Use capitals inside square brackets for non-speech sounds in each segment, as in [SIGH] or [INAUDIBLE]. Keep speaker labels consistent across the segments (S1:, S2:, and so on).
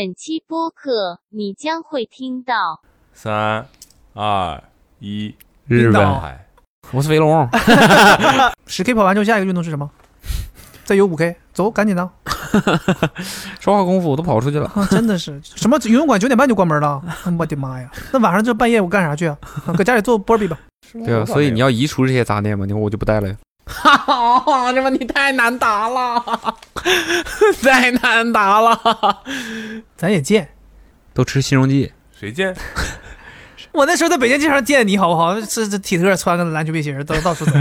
S1: 本期播客你将会听到
S2: 三二一，
S3: 日本
S2: 上海
S3: 我是肥龙，
S4: 十 K 跑完就下一个运动是什 [LAUGHS] 么？再有五 K，走，赶紧的！
S3: 说话功夫我都跑出去了。
S4: 啊，真的是 [LAUGHS] 什么游泳馆九点半就关门了， [LAUGHS] 哎我的妈呀！那晚上这半夜我干啥去 [LAUGHS] 啊？搁家里做波比 [LAUGHS] 吧。
S3: 对啊，所以你要移除这些杂念嘛，你我就不带了呀。
S5: 哈哈，这问题太难答
S4: [LAUGHS]
S5: 了，太难答了。
S4: 咱也见，
S3: 都吃新荣记，
S2: 谁见？
S4: 我那时候在北京经常见你，好不好？这这体特穿个篮球背心儿，到到处 [LAUGHS] 走，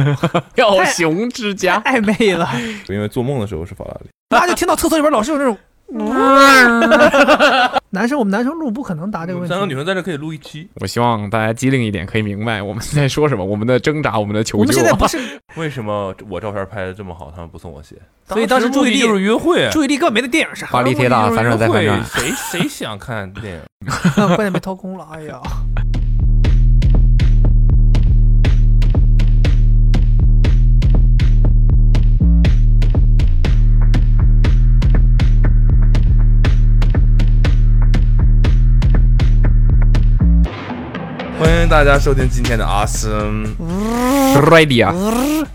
S5: 要熊之家，
S4: 太媚 [LAUGHS] 了。
S2: 因为做梦的时候是法拉利。
S4: 那就听到厕所里边老是有那种。 [LAUGHS] 男生，我们男生录不可能答这个
S2: 我们
S4: 问题。
S2: 三个女生在这可以录一期，
S5: [LAUGHS] 我希望大家机灵一点，可以明白我们在说什么，我们的挣扎，我们的求
S4: 我们
S5: 救啊
S4: 现。在不是，
S2: [LAUGHS] 为什么我照片拍的这么好，他们不送我鞋？
S4: 所以当时
S2: 目
S4: 注意
S2: 的就是
S4: 力
S2: 约会，
S4: 注意力根本没在电影上，
S3: 巴黎铁塔
S2: 当时
S3: 反
S2: 目
S3: 转
S2: 的
S3: 再
S2: 就
S3: 反
S2: 是约
S3: 转
S2: 会，谁谁想看电影？
S4: [LAUGHS] 关键被掏空了。哎呀，
S2: 欢迎大家收听今天的阿森。
S3: ready 啊，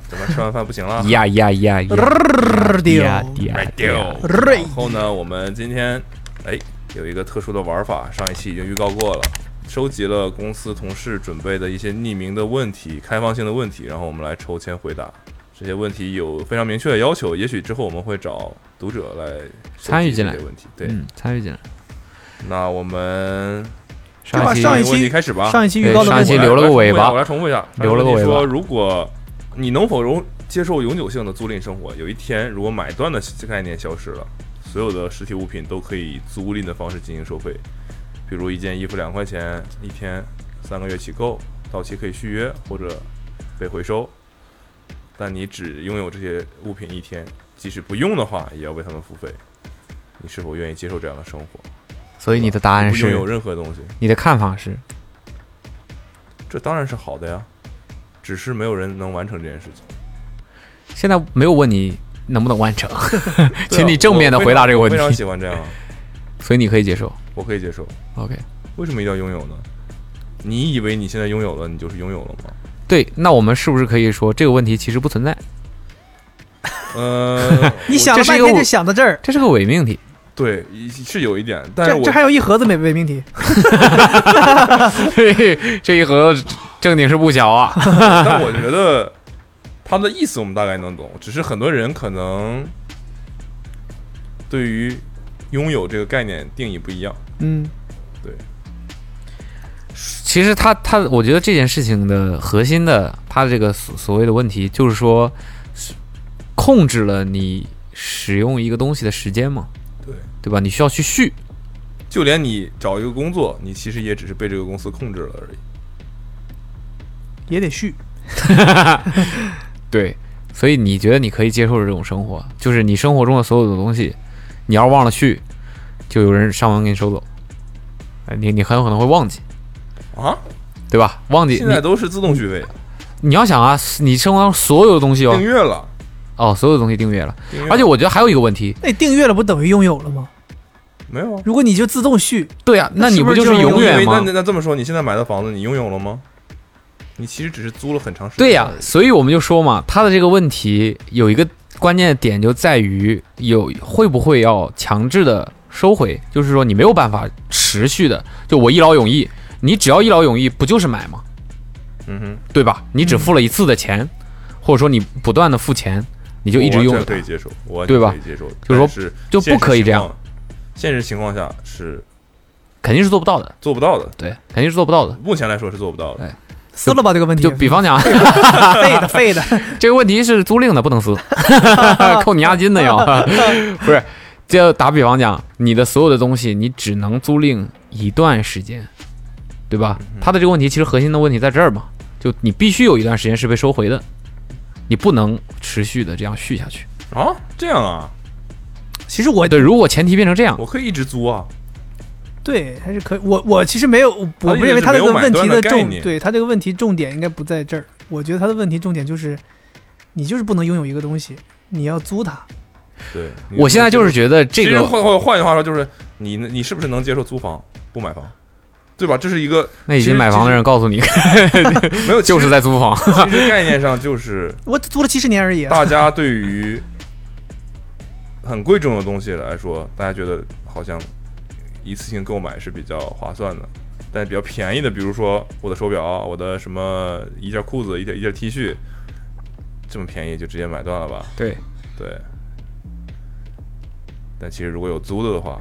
S2: 怎么吃完饭不行了？
S3: 呀呀呀 [LAUGHS] [LAUGHS] 呀呀
S2: 哎
S3: 呀！
S2: 丢。
S4: 瑞
S2: 然后呢，我们今天哎有一个特殊的玩法，上一期已经预告过了，收集了公司同事准备的一些匿名的问题、开放性的问题，然后我们来抽签回答。这些问题有非常明确的要求，也许之后我们会找读者来收集
S3: 参与进来
S2: 这些问题。对，
S3: 嗯，参与进来。
S2: 那我们
S4: 就把
S3: 上期
S4: 上一
S2: 问题
S4: 期
S2: 开始吧。
S4: 上一期预告的
S3: 对上
S4: 问
S3: 一期
S4: 题，
S3: 留了个尾巴
S2: 我来重复一下，
S3: 留了个尾巴
S2: 他说，如果你能否容接受永久性的租赁生活？有一天，如果买断的概念消失了，所有的实体物品都可以以租赁的方式进行收费，比如一件衣服两块钱一天，三个月起购，到期可以续约或者被回收。但你只拥有这些物品一天，即使不用的话，也要为他们付费。你是否愿意接受这样的生活？
S3: 所以你的答案
S2: 不拥有
S3: 是，
S2: 任何东西，
S3: 你的看法是，
S2: 这当然是好的呀，只是没有人能完成这件事
S4: [LAUGHS]
S2: 情。
S3: 现在没有问你能不
S5: [LAUGHS]
S3: 能完成，请你正面的
S2: 啊我
S3: 回答这个
S2: 我
S3: 问
S2: 非常
S3: 题，
S2: 喜欢这样啊，
S3: 所以你可以接受。
S2: 我可以接受。
S3: OK，
S2: 为什么一定要拥有呢？你以为你现在拥有了，你就是拥有了吗？
S3: 对，那我们是不是可以说这个问题其实不存在？
S2: 呃，
S4: [LAUGHS] 你想了半
S3: 这是一
S4: 天
S3: 个
S4: 就想到这儿，
S3: 这是个
S5: [LAUGHS]
S3: 伪命题。
S2: 对，一是有一点，但是
S4: 这
S2: 我
S4: 这还有一盒子没没命题，
S3: 这一盒子正经是不小啊。
S2: 但我觉得他的意思我们大概能懂，只是很多人可能对于拥有这个概念定义不一样。
S4: 嗯，
S3: 其实他他，我觉得这件事情的核心的他的这个所所谓的问题，就是说是控制了你使用一个东西的时间嘛，
S2: 对，
S3: 对吧？你需要去续，
S2: 就连你找一个工作，你其实也只是被这个公司控制了而已。
S4: 也得续。
S3: 对，所以你觉得你可以接受这种生活，就是你生活中的所有的东西，你要忘了续，就有人上门给你收走，哎你你很有可能会忘记，
S2: 啊，
S3: 对吧？忘记
S2: 现在
S3: 你
S2: 都是自动续费，
S3: 你要想啊，你生活中所有的东西哦
S2: 订阅了，
S3: 哦，所有的东西订阅了，
S2: 订阅了
S3: 而且我觉得还有一个问题，
S4: 那你订阅了不等于拥有了吗？
S2: 没有啊。
S4: 如果你就自动续，
S3: 对啊，那你
S4: 是不
S3: 不
S4: 是
S3: 就
S4: 就是是
S3: 永
S4: 永
S3: 远
S2: 那
S3: 吗
S2: 那？那这么说，你现在买的房子你拥有了吗？你其实只是租了很长时间。
S3: 对呀、所以我们就说嘛，他的这个问题有一个关键的点就在于有会不会要强制的收回，就是说你没有办法持续的，就我一劳永逸，你只要一劳永逸，不就是买吗？
S2: 嗯哼，
S3: 对吧？你只付了一次的钱，或者说你不断的付钱，你就一直
S2: 我
S3: 用着
S2: 完全
S3: 它
S2: 可以。接受，我完
S3: 对吧
S2: 全可以接受，
S3: 就是说
S2: 但是
S3: 就不可以这样
S2: 现实情况。现实情况下是
S3: 肯定是做不到的，
S2: 做不到的，
S3: 对，肯定是做不到的。
S2: 目前来说是做不到的。
S3: 哎
S4: 撕了吧这个问题。啊
S3: 就比方
S4: [LAUGHS]
S3: 讲，
S4: 废的废的，
S3: 这个问题是租赁的，不能撕，扣你押金的要。不是，就打比方讲，你的所有的东西，你只能租赁一段时间，对吧？他的这个问题其实核心的问题在这儿嘛，就你必须有一段时间是被收回的，你不能持续的这样续下去。
S2: 啊，这样啊，
S4: 其实
S2: 哎
S4: 我
S3: 对，如果前提变成这样，
S2: 我可以一直租啊。
S4: 对还是可以。我我其实没有，我
S2: 他的
S4: 我
S2: 意思
S4: 不认为
S2: 是
S4: 他
S2: 没
S4: 这
S2: 有
S4: 个
S2: 买
S4: 问题
S2: 断的概
S4: 重，
S2: 念
S4: 对他这个问题重点应该不在这儿。我觉得他的问题重点就是，你就是不能拥有一个东西，你要租它。
S2: 对，
S3: 我现在就是
S2: 觉
S3: 觉得这
S2: 其实
S3: 个
S2: 换换换句话说，就是你呢你是不是能接受租房不买房，对吧？这是一个
S3: 那已
S2: 其
S3: 经
S2: 实
S3: 买房的人告诉你， [LAUGHS]
S2: 没有，其
S3: 就
S2: 实
S3: 是在租房。
S2: 其实概念上就是
S4: 我租了七十年
S2: [LAUGHS]
S4: 而已。啊
S2: 大家对于很贵重的东西来说，大家觉得好像一次性购买是比较划算的，但比较便宜的，比如说我的手表、啊我的什么一件裤子、一件一件 T 恤，这么便宜就直接买断了吧？
S3: 对，
S2: 对。但其实如果有租的的话，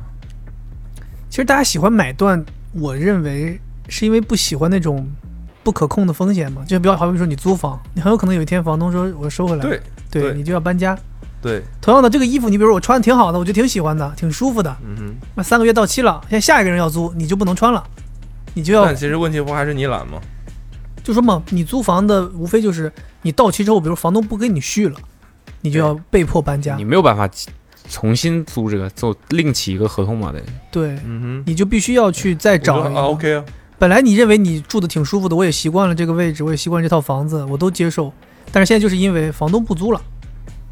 S4: 其实大家喜欢买断，我认为是因为不喜欢那种不可控的风险嘛。就比较好比说你租房，你很有可能有一天房东说我收回来，
S2: 对
S4: 对
S2: 对
S4: 你就要搬家。
S2: 对，
S4: 同样的，这个衣服你比如说我穿的挺好的，我就挺喜欢的，挺舒服的，
S2: 嗯哼。
S4: 那三个月到期了，现在下一个人要租，你就不能穿了，你就要
S2: 但其实问题不还是你懒吗？
S4: 就说嘛，你租房的无非就是你到期之后，比如房东不给你续了，你就要被迫搬家
S2: 啊
S3: 你，没有办法重新租这个，就另起一个合同嘛得。
S4: 对，
S2: 嗯哼。
S4: 你就必须要去再
S2: 我觉
S4: 找
S2: 得
S4: 一
S2: 啊
S4: 个。
S2: ，OK 啊，
S4: 本来你认为你住的挺舒服的，我也习惯了这个位置，我也习惯这套房子，我都接受。但是现在就是因为房东不租了，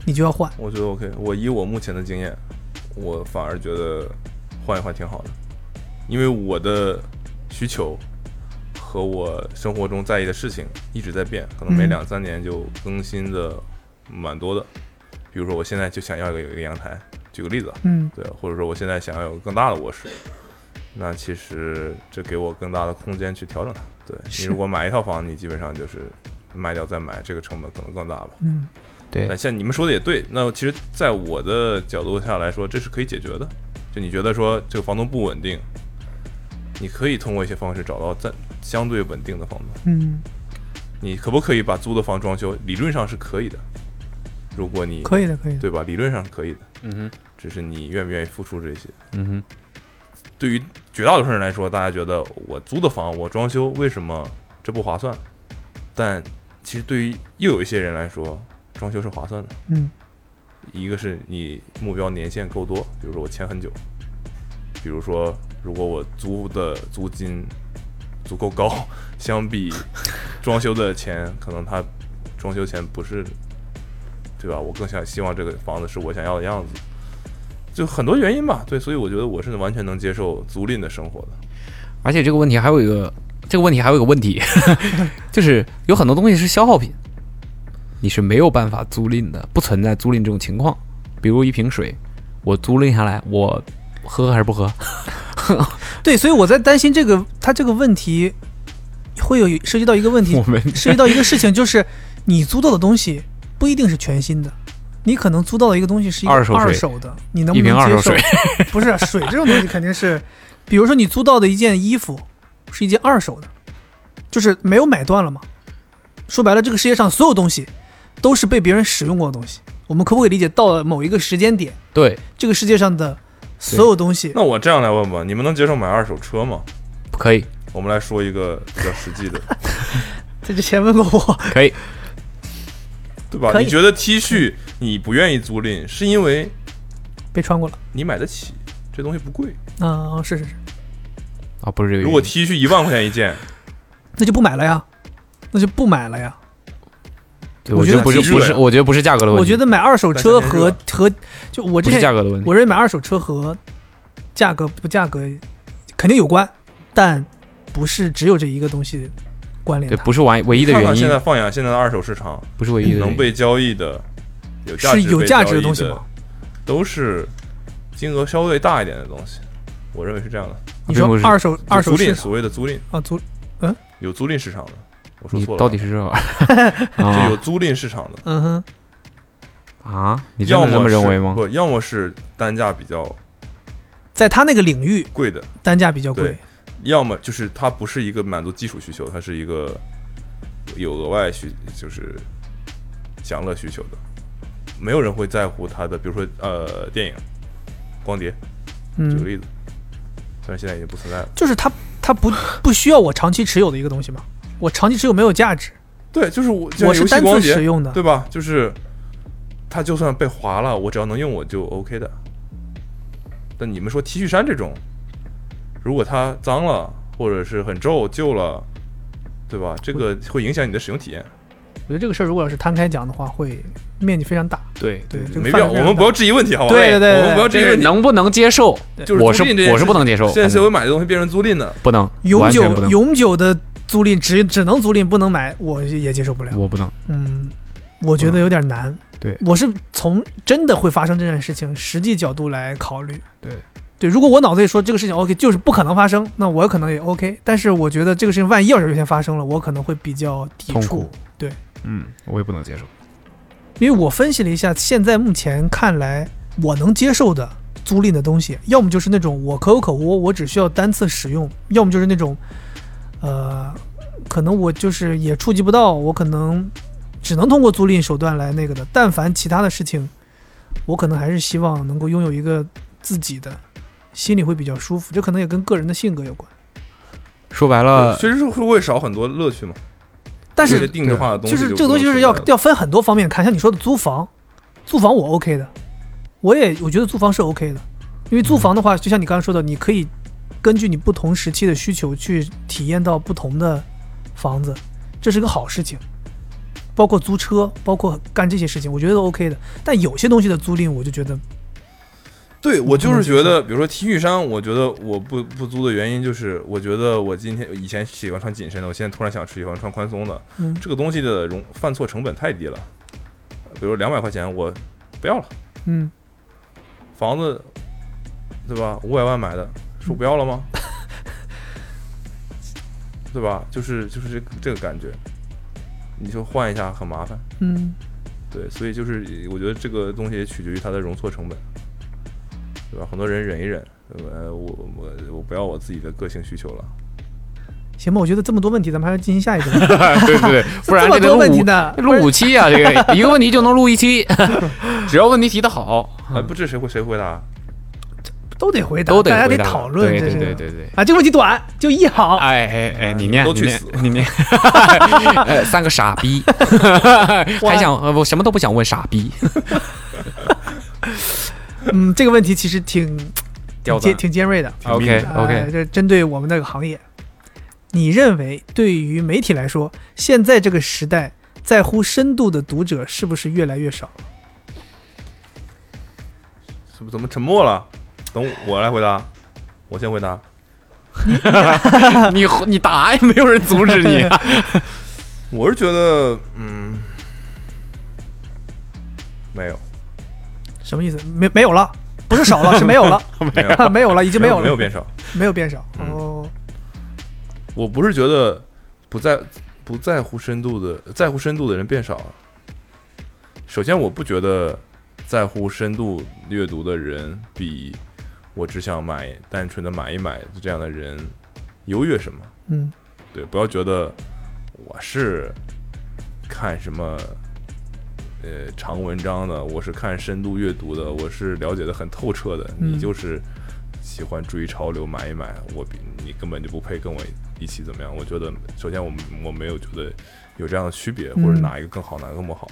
S4: 你就要换。
S2: 我觉得 OK。我以我目前的经验，我反而觉得换一换挺好的，因为我的需求和我生活中在意的事情一直在变，可能每
S4: 嗯
S2: 两三年就更新的蛮多的。比如说，我现在就想要一个有一个阳台，举个例子啊，
S4: 嗯，
S2: 对，或者说我现在想要有个更大的卧室，那其实这给我更大的空间去调整它。对你
S4: 是
S2: 如果买一套房，你基本上就是卖掉再买，这个成本可能更大吧。
S4: 嗯，
S3: 对
S2: 但哎像你们说的也对，那其实在我的角度下来说，这是可以解决的。就你觉得说这个房东不稳定，你可以通过一些方式找到暂相对稳定的房东。
S4: 嗯，
S2: 你可不可以把租的房装修？理论上是可以的，如果你
S4: 可以的，可以的。
S2: 对吧？理论上是可以的，
S3: 嗯哼，
S2: 只是你愿不愿意付出这些。
S3: 嗯哼，
S2: 对于绝大多数人来说，大家觉得我租的房，我装修，为什么这不划算？但其实对于又有一些人来说，装修是划算的。
S4: 嗯，
S2: 一个是你目标年限够多，比如说我签很久，比如说如果我租的租金足够高，相比装修的钱，可能它装修钱不是，对吧？我更想希望这个房子是我想要的样子，就很多原因吧。对，所以我觉得我是完全能接受租赁的生活的。
S3: 而且这个问题还有一个，这个问题还有一个问
S4: [LAUGHS]
S3: 题，就是有很多东西是消耗品，你是没有办法租赁的，不存在租赁这种情况。比如一瓶水，我租赁下来，我喝还是不喝？
S4: 对，所以我在担心这个，他这个问题会有涉及到一个问题
S3: 我，们
S4: 涉及到一个事情，就是你租到的东西不一定是全新的，你可能租到的一个东西是一个
S3: 二手水
S4: 二手的，你能
S3: 一
S4: 不
S3: 瓶
S4: 能
S3: 二
S4: 接
S3: 手
S4: 受 [LAUGHS]
S3: 水？
S4: 不是啊水这种东西肯定是，比如说你租到的一件衣服是一件二手的，就是没有买断了嘛。说白了，这个世界上所有东西都是被别人使用过的东西。我们可不可以理解，到了某一个时间点，
S3: 对，
S4: 这个世界上的所有东西
S2: 那我这样来问吧，你们能接受买二手车吗？
S3: 不可以，
S2: 我们来说一个比较实际
S4: [LAUGHS]
S2: 的，
S4: 他之前问过我，
S3: 可以，
S2: 对吧？
S4: 可以
S2: 你觉得 T 恤你不愿意租赁，是因为
S4: 被穿过了。
S2: 你买得起，这东西不贵。
S4: 嗯、是是是，
S3: 啊，不是这个原因。
S2: 如果 T 恤一万块钱一件，
S4: 那就不买了呀，那就不买了呀。
S3: 对
S4: 我
S3: 我
S4: 觉
S3: 觉
S4: 得
S3: 得不是
S2: 其实
S3: 不是，我觉得不是价格的问题，
S4: 我觉得买二手
S2: 但
S4: 车
S2: 是那
S4: 和
S2: 个
S4: 和就我
S3: 不
S4: 之
S3: 是
S4: 前
S3: 价格的问题。
S4: 我认为买二手车和价格不价格肯定有关，但不是只有这一个东西关联
S3: 对，
S4: 它。
S3: 不是唯唯一的
S2: 看
S3: 原
S2: 看
S3: 因
S2: 现，在放眼现在的二手市场，
S3: 不是唯一的原因
S2: 能被交易的有价值
S4: 是有
S2: 被
S4: 价
S2: 交
S4: 值的
S2: 易
S4: 东西吗？
S2: 都是金额稍微大一点的东西。我认为是这样的，
S4: 你
S3: 并
S4: 说
S3: 不是
S4: 二手二
S2: 有
S4: 手
S2: 租
S4: 市
S2: 赁
S4: 场
S2: 所谓的租赁
S4: 啊，租
S2: 有租赁市场的，我说
S3: 你
S2: 错了吧，
S3: 到
S4: [LAUGHS]
S3: 底是这啊玩意儿
S2: 是有
S3: 啊
S2: 租赁市场的，
S4: 嗯哼，
S3: 啊？你真
S2: 要
S3: 的
S2: 么
S3: 这么认
S2: 是
S3: 为吗？
S2: 不，要么是单价比较
S4: 在他那个领域
S2: 贵的，
S4: 单价比较贵
S2: 对，要么就是它不是一个满足基础需求，它是一个有额外需，就是享乐需求的。没有人会在乎它的，比如说呃电影、光碟，举个
S4: 嗯，
S2: 例子，但是现在已经不存在了。
S4: 就是它它不不需要我长期持有的一个东西嘛，我长期持有没有价值，
S2: 对，就是我像游
S4: 我是
S2: 戏
S4: 单
S2: 光
S4: 次
S2: 碟
S4: 使用的，
S2: 对吧？就是它就算被划了，我只要能用我就 OK 的。但你们说 T 恤衫这种，如果它脏了或者是很皱旧了，对吧？这个会影响你的使用体验。
S4: 觉得这个事儿如果要是摊开讲的话，会面积非常大。
S3: 对
S4: 对，这个
S2: 没必
S4: 范
S2: 要，
S4: 围非
S2: 我
S4: 常
S2: 们
S4: 大
S2: 不要质疑问题，好吧？
S4: 对对对
S2: 我们不要质疑
S3: 这
S2: 问
S3: 个
S2: 题。
S3: 能不能接受？
S2: 就是
S3: 我
S2: 租赁这件
S3: 是
S2: 事
S3: 我是不能接受。
S2: 现在
S4: 嗯
S3: 反
S2: 社
S3: 正
S2: 会买的东西变成租赁的，
S3: 不能，
S4: 永
S3: 完全
S4: 久
S3: 不能，
S4: 永久的租赁只只能租赁不能买，我也接受不了。
S3: 我不能。
S4: 嗯，我觉得有点难。
S3: 对
S4: 我是从真的会发生这件事情实际角度来考虑。
S3: 对
S4: 对，如果我脑子里说这个事情 OK 就是不可能发生，那我可能也 OK。但是我觉得这个事情万一要是有一天发生了，我可能会比较抵
S3: 痛
S4: 触
S3: 苦。
S4: 对，
S3: 嗯，我也不能接受。
S4: 因为我分析了一下，现在目前看来我能接受的租赁的东西，要么就是那种我可有可无，我只需要单次使用；要么就是那种，呃，可能我就是也触及不到，我可能只能通过租赁手段来那个的。但凡其他的事情，我可能还是希望能够拥有一个自己的，心里会比较舒服。这可能也跟个人的性格有关。
S3: 说白 [LAUGHS] 了，
S2: 确实是会会少很多乐趣嘛。
S4: 呃但
S2: 这些
S4: 是
S2: 定制化的东西
S4: 就是
S2: 不
S4: 这个东西
S2: 能
S4: 就是
S2: 存
S4: 要
S2: 在了
S4: 要分很多方面看，像你说的租房，租房我 OK 的，我也我觉得租房是 OK 的，因为租
S3: 嗯
S4: 房的话，就像你刚才说的，你可以根据你不同时期的需求去体验到不同的房子，这是个好事情。包括租车，包括干这些事情，我觉得都 OK 的。但有些东西的租赁，我就觉得
S2: 对我就是
S4: 能接
S2: 觉得，比如说 T 恤衫，我觉得我不不租的原因就是，我觉得我今天以前喜欢穿紧身的，我现在突然想喜欢穿宽松的，
S4: 嗯
S2: 这个东西的容犯错成本太低了。比如两百块钱我不要了，
S4: 嗯，
S2: 房子对吧？五百万买的，说不要了吗？ [LAUGHS] 对吧？就是就是这个这个感觉，你就换一下很麻烦。
S4: 嗯，
S2: 对，所以就是我觉得这个东西也取决于它的容错成本，对吧？很多人忍一忍，呃，我我我不要我自己的个性需求了。
S4: 行吧。我觉得这么多问题，咱们还是进行下一个
S3: [LAUGHS]
S4: 吧。
S3: 啊对对
S4: [LAUGHS]
S3: 对，不然
S4: 这么
S3: 这得
S4: 多问题
S3: 录
S4: 呢？
S3: 五录五期啊，
S4: [LAUGHS]
S3: 这个一个问题就能录一期，只要问题提的好，
S4: 嗯
S2: 哎，不知谁会谁回答？
S4: 都得回答，
S3: 都得
S4: 大家
S3: 回
S4: 得
S3: 答
S4: 讨论，
S3: 对
S4: 这
S3: 对
S4: 是
S3: 对对对。
S4: 啊，这个问题短，就一好。
S3: 哎哎哎，你
S2: 你
S3: 念，
S2: 们都
S3: 你
S2: 去
S3: 念
S2: 死，
S3: 你
S4: [LAUGHS]
S3: 念，呃三个傻逼，还想呃我什么都不想问傻逼，
S4: [LAUGHS] 嗯，这个问题其实挺
S3: 刁
S4: 挺
S3: 钻
S4: 尖挺尖锐的。
S2: 挺密
S3: OK
S2: 的
S3: OK，
S4: 呃这针对我们那个行业，你认为对于媒体来说，现在这个时代在乎深度的读者是不是越来越少？
S2: 是不是怎么沉默了？等我来回答，我先回答。
S3: 你你答呀，没有人阻止
S4: [LAUGHS]
S3: 你。
S2: 我是觉得，嗯，没有，
S4: 什么意思？没没有了，不是少了，是没有了，
S2: [LAUGHS] 没
S4: [LAUGHS]
S2: 有，
S4: 没有了，已经
S2: 没
S4: 有了，
S2: 没有变少。
S4: 没有变少。
S2: 嗯
S4: 哦，
S2: 我不是觉得不在不在乎深度的在乎深度的人变少了。首先，我不觉得在乎深度阅读的人比我只想买单纯的买一买这样的人优越什么。
S4: 嗯
S2: 对，不要觉得我是看什么呃长文章的，我是看深度阅读的，我是了解的很透彻的，
S4: 嗯
S2: 你就是喜欢追潮流买一买，我比你根本就不配跟我一起怎么样？我觉得，首先我们我没有觉得有这样的区别，或者
S4: 嗯
S2: 哪一个更好，哪一个更好，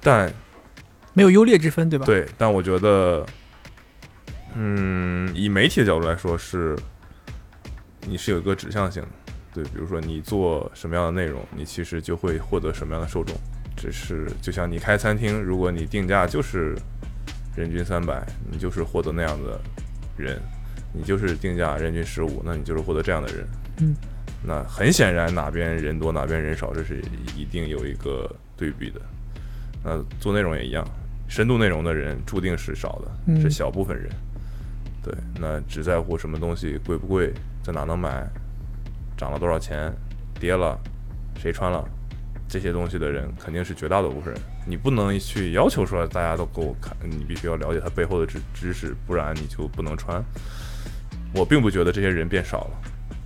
S2: 但
S4: 没有优劣之分，对吧？，
S2: 对，但我觉得，嗯，以媒体的角度来说是，你是有一个指向性的，对，比如说你做什么样的内容，你其实就会获得什么样的受众。这是就像你开餐厅，如果你定价就是人均三百，你就是获得那样的人；你就是定价人均十五，那你就是获得这样的人。
S4: 嗯，
S2: 那很显然哪边人多哪边人少，这是一定有一个对比的。那做内容也一样，深度内容的人注定是少的，
S4: 嗯
S2: 是小部分人。对，那只在乎什么东西贵不贵，在哪能买，涨了多少钱，跌了，谁穿了，这些东西的人肯定是绝大多数人。你不能去要求说大家都给我看，你必须要了解它背后的知知识，不然你就不能穿。我并不觉得这些人变少了，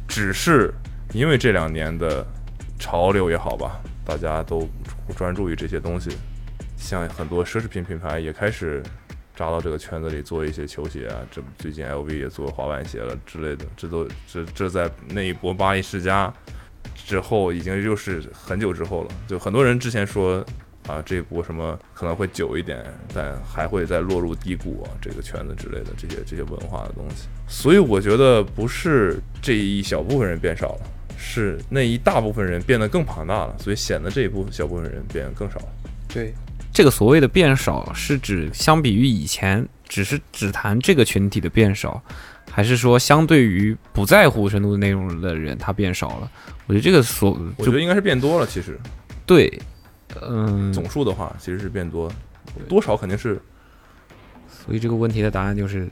S2: 只是因为这两年的潮流也好吧，大家都专注于这些东西，像很多奢侈品品牌也开始扎到这个圈子里做一些球鞋啊，这最近 LV 也做滑板鞋了之类的，这都这这在那一波巴黎世家之后，已经又是很久之后了。就很多人之前说啊，这一波什么可能会久一点，但还会再落入低谷啊，这个圈子之类的这些这些文化的东西。所以我觉得不是这一小部分人变少了，使那一大部分人变得更庞大了，所以显得这一部分小部分人变得更少了。
S5: 对，
S3: 这个所谓的变少，是指相比于以前，只是只谈这个群体的变少，还是说相对于不在乎深度内容的人，他变少了？我觉得这个所
S2: 我觉
S3: 就
S2: 得应该是变多了，其实
S3: 对，嗯，
S2: 总数的话其实是变多，多少肯定是
S3: 所以这个问题的答案就是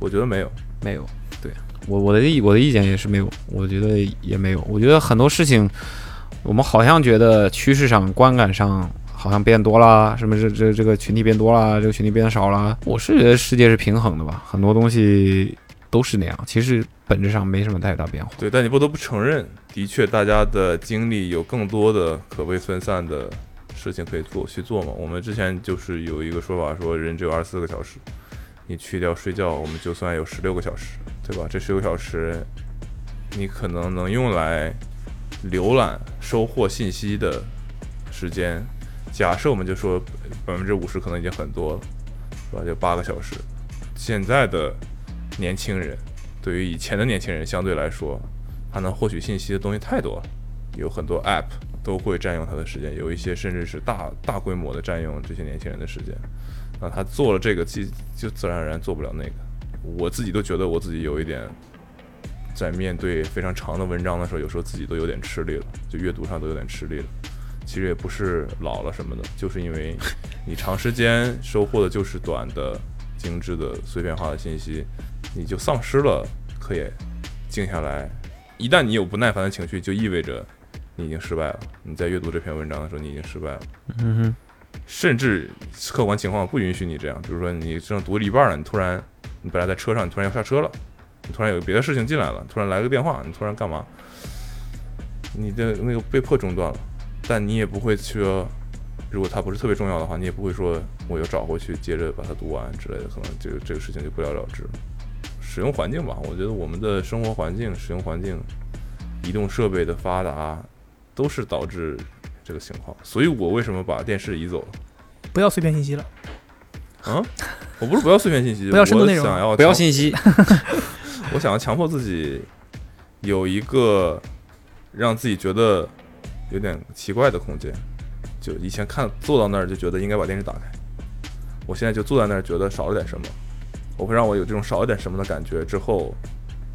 S2: 我觉得没有。
S3: 没有。对我我的意我的意见也是没有，我觉得也没有。我觉得很多事情，我们好像觉得趋势上、观感上好像变多啦，什么这这这个群体变多啦，这个群体变少啦。我是觉得世界是平衡的吧，很多东西都是那样，其实本质上没什么太大变化。
S2: 对，但你不得不承认，的确大家的精力有更多的可被分散的事情可以做去做嘛。我们之前就是有一个说法说，人只有二十四个小时，你去掉睡觉，我们就算有十六个小时，对吧？这十六小时，你可能能用来浏览、收获信息的时间，假设我们就说百分之五十可能已经很多了，是吧？就八个小时。现在的年轻人对于以前的年轻人相对来说，他能获取信息的东西太多了，有很多 App 都会占用他的时间，有一些甚至是大大规模的占用这些年轻人的时间。那他做了这个，就就自然而然做不了那个。我自己都觉得我自己有一点，在面对非常长的文章的时候，有时候自己都有点吃力了，就阅读上都有点吃力了。其实也不是老了什么的，就是因为你长时间收获的就是短的、精致的、碎片化的信息，你就丧失了可以静下来。一旦你有不耐烦的情绪，就意味着你已经失败了。你在阅读这篇文章的时候，你已经失败了。
S3: 嗯哼，
S2: 甚至客观情况不允许你这样。比如说，你正读了一半呢，你突然，你本来在车上，你突然要下车了，你突然有别的事情进来了，突然来个电话，你突然干嘛？你的那个被迫中断了，但你也不会说，如果它不是特别重要的话，你也不会说我又找回去接着把它读完之类的，可能这个这个事情就不了了之了。使用环境吧，我觉得我们的生活环境、使用环境、移动设备的发达，都是导致这个情况。所以我为什么把电视移走了？
S4: 不要碎片信息了，
S2: 啊，我不是不要碎片信息，
S4: 不要深度内容
S2: 我想要
S3: 不要
S2: 强，
S3: 信息，
S2: 我想要强迫自己有一个让自己觉得有点奇怪的空间。就以前看坐到那儿就觉得应该把电视打开，我现在就坐在那儿觉得少了点什么，我会让我有这种少了点什么的感觉之后，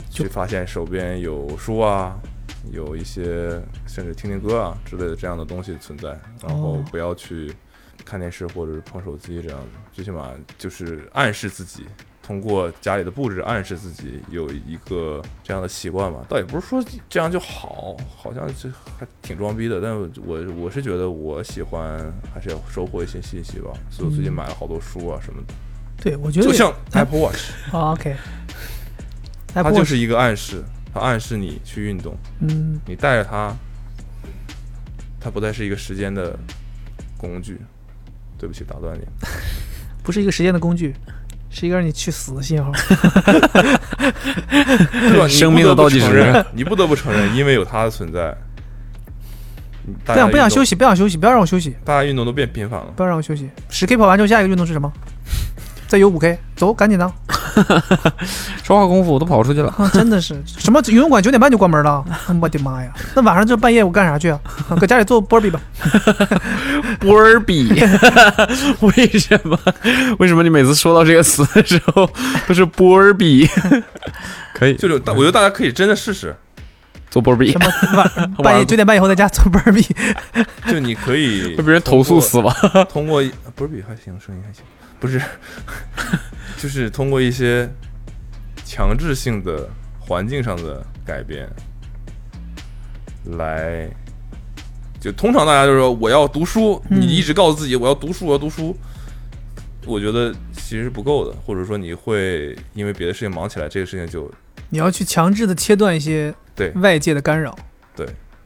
S2: 去发现手边有书啊。有一些甚至听听歌啊之类的这样的东西存在，然后
S4: 哦
S2: 不要去看电视或者是碰手机这样子，最起码就是暗示自己，通过家里的布置暗示自己有一个这样的习惯吧。倒也不是说这样就好，好像这还挺装逼的，但我我是觉得我喜欢还是要收获一些信息吧，所以我最近买了好多书啊什么的，
S3: 嗯
S4: 对我觉得
S2: 就像 Apple Watch，
S4: 啊 OK，
S2: 它
S4: Apple
S2: 就
S4: Watch，
S2: 是一个暗示，它暗示你去运动，
S4: 嗯，
S2: 你带着它，它不再是一个时间的工具。对不起，打
S3: [LAUGHS]
S2: 断你。
S4: 不是一个时间的工具，是一个让你去死的信
S2: 哎
S4: 号。
S2: 对吧？你
S3: 生
S2: 不
S3: 命
S2: 得
S3: 的
S2: 不
S3: 倒计
S2: 承
S3: 时
S2: 认，你不得不承认，因为有它的存
S3: [LAUGHS]
S2: 在，大家
S4: 不
S3: 啊
S4: 想不想
S2: 运动
S4: 休，息，不想休息，不要让我休息，
S2: 大家运动都变频繁了。
S4: 不要让我休息。十 K 跑完之后，下一个运动是什么？再游五 K，走，赶紧的
S3: [LAUGHS] 说话功夫我都跑出去了。
S4: 啊！真的是 [LAUGHS] 什么游泳馆九点半就关门了，我的妈呀！那晚上这半夜我干啥去啊？啊搁家里做波比吧。
S3: [LAUGHS] 波尔 [LAUGHS] 比，为什么？为什么你每次说到这个词的时候都是波尔比？可以
S2: 就是大，我觉得大家可以真的试试，
S3: 做波尔比
S4: 什，么 [LAUGHS] 晚半夜九点半以后在家做波比？
S2: 就你可以
S3: 会被人投诉死亡。
S2: 通过一不是比还行，声音还行，不
S3: [LAUGHS]
S2: 是，就是通过一些强制性的环境上的改变来，就通常大家就说我要读书，
S4: 嗯
S2: 你一直告诉自己我要读书，我要读书，我觉得其实是不够的，或者说你会因为别的事情忙起来，这个事情就
S4: 你要去强制的切断一些
S2: 对
S4: 外界的干扰。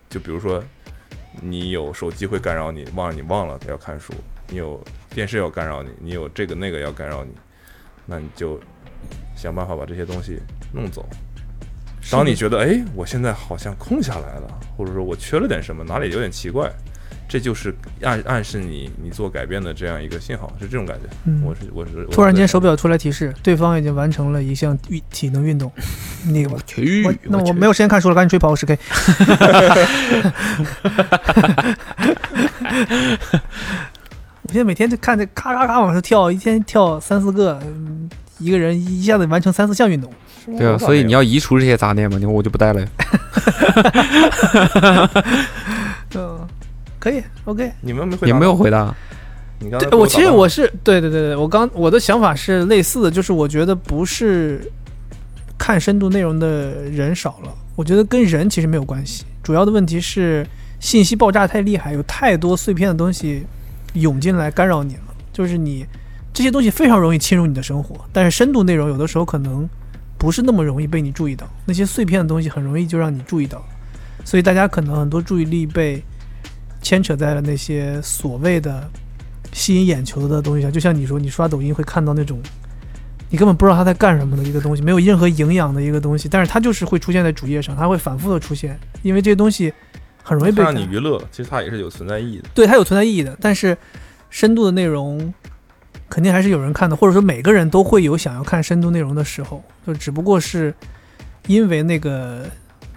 S2: 就比如说，你有手机会干扰你，忘了你忘了要看书，你有电视要干扰你，你有这个那个要干扰你，那你就想办法把这些东西弄走。当你觉得哎，我现在好像空下来了，或者说我缺了点什么，哪里有点奇怪，这就是暗暗示你你做改变的这样一个信号，是这种感觉。
S4: 嗯
S2: 我是我是我是
S4: 突然
S2: 在
S4: 间手表出来提示，对方已经完成了一项运体能运动。那个我
S3: 去
S4: 我那
S3: 嗯我
S4: 我
S3: 去
S4: 没有时间看书了，赶紧吹跑个十 K。我现在每天就看着咔咔咔往上跳，一天跳三四个，嗯一个人一下子完成三四项运动。
S3: 对啊，所以你要移除这些杂念嘛，你我就不带了。
S4: 嗯，可以，OK。
S2: 你们没回
S3: 也
S2: 答
S3: 没有回答，
S2: 你刚才
S4: 对，
S2: 不
S4: 我
S2: 是
S4: 其实
S2: 答吗
S4: 我是对对对对，我刚我的想法是类似的，就是我觉得不是看深度内容的人少了，我觉得跟人其实没有关系，主要的问题是信息爆炸太厉害，有太多碎片的东西涌进来干扰你了，就是你这些东西非常容易侵入你的生活，但是深度内容有的时候可能不是那么容易被你注意到，那些碎片的东西很容易就让你注意到，所以大家可能很多注意力被牵扯在了那些所谓的吸引眼球的东西上，就像你说，你刷抖音会看到那种你根本不知道他在干什么的一个东西，没有任何营养的一个东西，但是它就是会出现在主页上，它会反复的出现，因为这些东西很容易
S2: 它
S4: 被
S2: 让
S4: 干
S2: 你娱乐，其实它也是有存在意义的。
S4: 对它有存在意义的，但是深度的内容肯定还是有人看的，或者说每个人都会有想要看深度内容的时候，就只不过是因为那个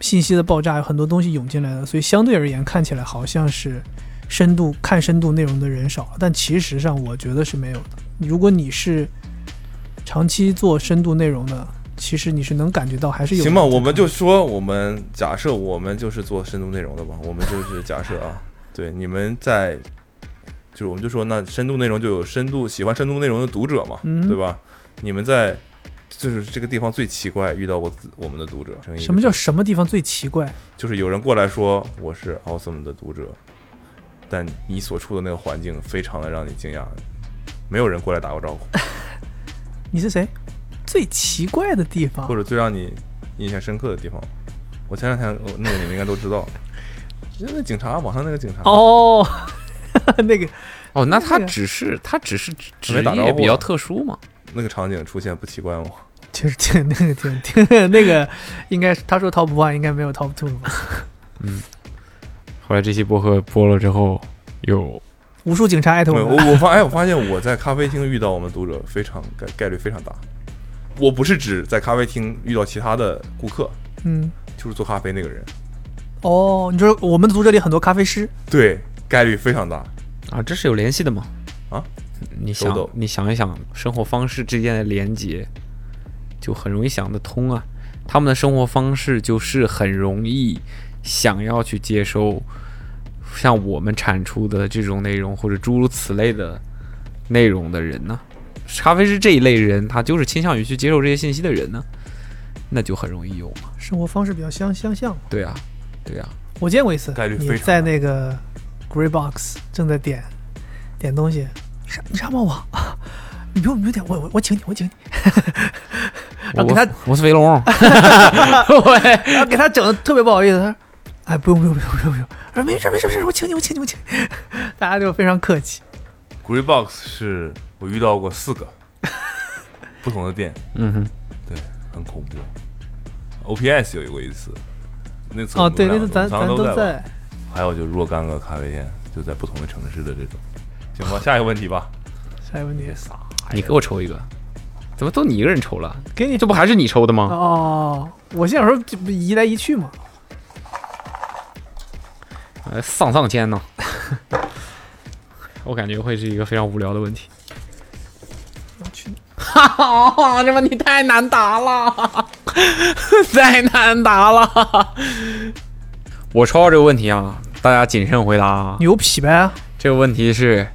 S4: 信息的爆炸，有很多东西涌进来了，所以相对而言看起来好像是深度看深度内容的人少了，但其实上我觉得是没有的。如果你是长期做深度内容的，其实你是能感觉到还是有
S2: 行
S4: 人
S2: 吧，
S4: 在
S2: 我们
S4: 看
S2: 就说我们假设我们就是做深度内容的吧，我们就是假设啊，对你们在，就是我们就说那深度内容就有深度喜欢深度内容的读者嘛，
S4: 嗯
S2: 对吧？你们在就是这个地方最奇怪遇到过自我们的读者，
S4: 什么叫什么地方最奇怪？
S2: 就是有人过来说我是 awesome 的读者，但你所处的那个环境非常的让你惊讶，没有人过来打过招呼，
S4: 你是谁？最奇怪的地方
S2: 或者最让你印象深刻的地方。我前两天我那个你们应该都知道，就那警察网上那个警察，
S4: 哦， [LAUGHS] 那个
S3: 哦，那他
S4: 那个
S3: 只是他只是职
S2: 没
S3: 职
S2: 打招
S3: 业
S2: 呼
S3: 比
S2: 啊
S3: 较特殊嘛，
S2: 那个场景出现不奇怪吗？
S4: 其实挺那个挺挺那个，应该是他说 top one 应该没有 top two 吧？
S3: 后来这期播客播了之后，有
S4: 无数警察艾特
S2: 没
S4: 我
S2: 有，我
S4: 们，
S2: 我发哎，我发现我在咖啡厅遇到我们读者非常概概率非常大。我不是指在咖啡厅遇到其他的顾客，
S4: 嗯，
S2: 就是做咖啡那个人，
S4: 哦，你说我们组这里很多咖啡师，
S2: 对，概率非常大。
S3: 啊，这是有联系的嘛？
S2: 啊，
S3: 你
S2: 手
S3: 想
S2: 抖
S3: 你想一想，生活方式之间的连结，就很容易想得通啊。他们的生活方式就是很容易想要去接收像我们产出的这种内容或者诸如此类的内容的人呢、咖啡师这一类人，他就是倾向于去接受这些信息的人呢、那就很容易有嘛。
S4: 生活方式比较相相像。
S3: 对啊，对啊，
S4: 我见过一次
S2: 概率，非
S4: 你
S2: 常
S4: 在那个 Grey Box 正在点点东西，啥你啥帮我？啊 [LAUGHS] 你不用你不用点，我我我请你， [LAUGHS] 我请你，然后给他
S3: 我我是
S4: [LAUGHS]
S3: 肥龙，
S4: 然后给他整的特别不好意思。他说：“哎，不用不用不用不用不用。”我说：“没事没事没事，我请你我请你我请你。” [LAUGHS] 大家就非常客气。
S2: Green Box 是我遇到过四个不同的店，
S3: 嗯哼。
S2: 对，很恐怖。OPS 有过一次，那次
S4: 哦，
S2: 我们
S4: 对，
S2: 俩
S4: 那次咱
S2: 我们仨
S4: 咱
S2: 都
S4: 都
S2: 在
S4: 在。
S2: 吧。还有就是若干个咖啡店，就在不同的城市的这种。行吧，下一个问题吧。
S4: 下一个问题，
S2: 傻，
S3: 你给我抽一个，怎么都你一个人抽了？
S4: 给你
S3: 这不还是你抽的吗？
S4: 哦，我心想说这不移来移去嘛。
S3: 呃，丧丧间呢？ [LAUGHS] 我感觉会是一个非常无聊的问题。
S4: 我去，
S5: 哦，这问题太难答
S3: [LAUGHS]
S5: 了，太难答了。
S3: 我抽到这个问题啊，大家谨慎回答啊。
S4: 牛皮呗，
S3: 这个问题是，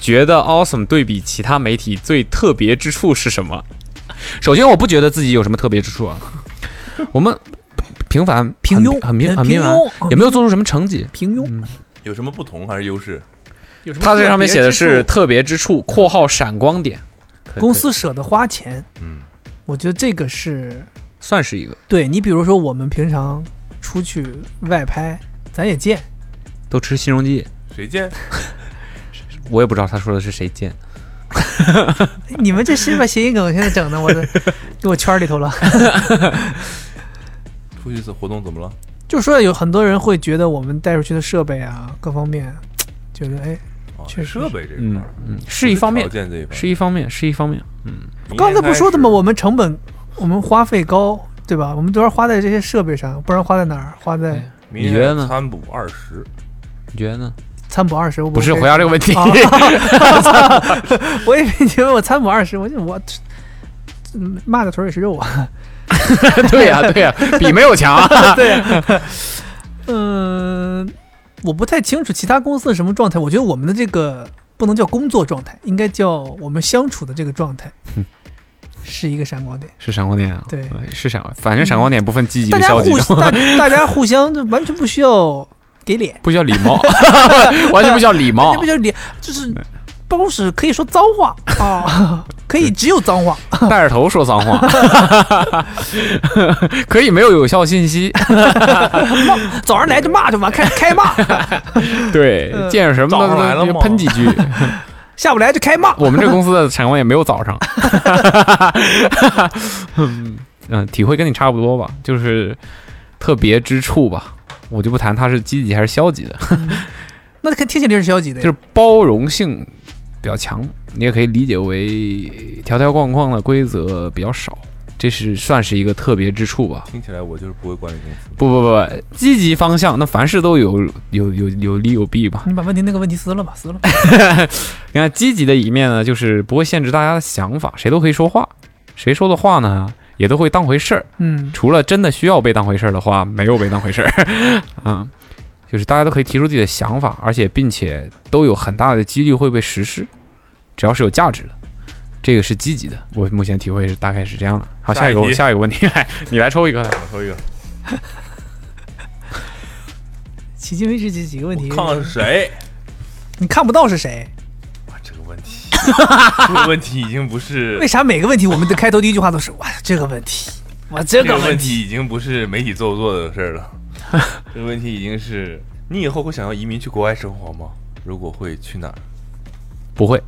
S3: 觉得 Awesome 对比其他媒体最特别之处是什么？首先，我不觉得自己有什么特别之处啊。我们平凡、
S4: 平庸
S3: 很平、
S4: 嗯
S3: 很
S4: 平
S3: 平凡
S4: 庸，嗯
S3: 也没有做出什么成绩。
S4: 平庸。
S2: 有什么不同还是优势？
S4: 有什么
S3: 它这上面写的
S4: 特
S3: 是
S4: 别之处
S3: 特别之处（括号闪光点
S4: 公司舍得花钱，
S2: 嗯，
S4: 我觉得这个是），
S3: 算是一个，
S4: 对你，比如说我们平常出去外拍，咱也见，
S3: 都吃新荣记。
S2: 谁见？
S3: 我也不知道他说的是谁贱。
S4: 哎你们这是把谐音梗现在整的，我的给我圈里头了。
S2: 出去一次活动怎么了？
S4: 就说有很多人会觉得我们带出去的设备啊，各方面，觉得哎，
S2: 啊
S4: 确实
S2: 设备这一块
S3: 嗯
S2: 儿
S3: 嗯，是一方面
S2: 条，件这一块儿
S3: 是一方面，是一方面。
S2: 明
S4: 刚才
S2: 年
S4: 不说的吗？
S2: 开始
S4: 我们成本，我们花费高，对吧？我们都要花在这些设备上，不然花在哪儿？花在
S3: 哎
S2: 明
S3: 你
S2: 年
S3: 觉得呢
S2: 参补二十，
S3: 你觉得呢？
S4: 餐补二十，我
S3: 不是哦
S4: 会
S3: 回答这个问题， [LAUGHS]
S4: 啊 [LAUGHS] 我也没觉得我餐补二十，我就我嗯骂的腿儿也是肉啊。
S3: 对呀、对呀、比没有强啊。
S4: [LAUGHS] 嗯，我不太清楚其他公司是什么状态。我觉得我们的这个不能叫工作状态，应该叫我们相处的这个状
S3: [LAUGHS]
S4: 态，是一个闪光点。
S3: [LAUGHS] 是闪光点啊，
S4: 对，
S3: 是闪，反正闪光点不分积极
S4: 大
S3: 的、
S4: 家
S3: 消极
S4: 互
S3: 的，
S4: 大大
S3: [LAUGHS]
S4: 家互相就完全不需要给脸，
S3: 不需要礼 [LAUGHS] 貌，完全不需要礼貌 [LAUGHS]
S4: 这不。叫脸，就是办公室可以说脏话啊，可以只有脏话。
S3: 带着头说脏话， [LAUGHS] 可以没有有效信息。
S4: 骂早上来就骂就完，开开
S3: [LAUGHS]
S4: 骂，
S3: 对，
S4: 嗯
S3: 见着什
S2: 早
S3: 么
S2: 上来了吗
S3: 都就喷几句。
S4: 下午来就开骂。 [LAUGHS]
S3: 我们这公司的闪光也没有早上。 [LAUGHS] 嗯，体会跟你差不多吧，就是特别之处吧。我就不谈它是积极还是消极的，
S4: 那看听起来是消极的
S3: 就
S4: 呀，
S3: 是包容性比较强，你也可以理解为条条框框的规则比较少，这是算是一个特别之处吧。
S2: 听起来我就是不会管理公司。
S3: 不不不，不积极方向，那凡事都有有有有利有弊吧。
S4: 你把问题那个问题撕了吧，撕了吧。
S3: 你看积极的一面呢，就是不会限制大家的想法，谁都可以说话，谁说的话呢也都会当回事儿，
S4: 嗯，
S3: 除了真的需要被当回事儿的话，没有被当回事儿。 [LAUGHS] 嗯，就是大家都可以提出自己的想法，而且并且都有很大的几率会被实施，只要是有价值的。这个是积极的，我目前体会是大概是这样的。好，
S2: 下
S3: 下
S2: 一
S3: 一
S2: 题
S3: 个下一个问题，来 [LAUGHS] 你来抽一个。
S2: 我说一个，
S4: 迄今为止这几个问题
S2: 我，看看是谁。
S4: 你看不到是谁？
S2: 哇，这个问题，这个问题已经不
S4: [LAUGHS]
S2: 是
S4: 为啥每个问题我们的开头第一句话都是哇这个问题，哇
S2: 这
S4: 这个
S2: 个问
S4: 问题？
S2: 题已经不是媒体做不做的事儿了， [LAUGHS] 这个问题已经是你以后会想要移民去国外生活吗？如果会，去哪儿？
S3: 不会，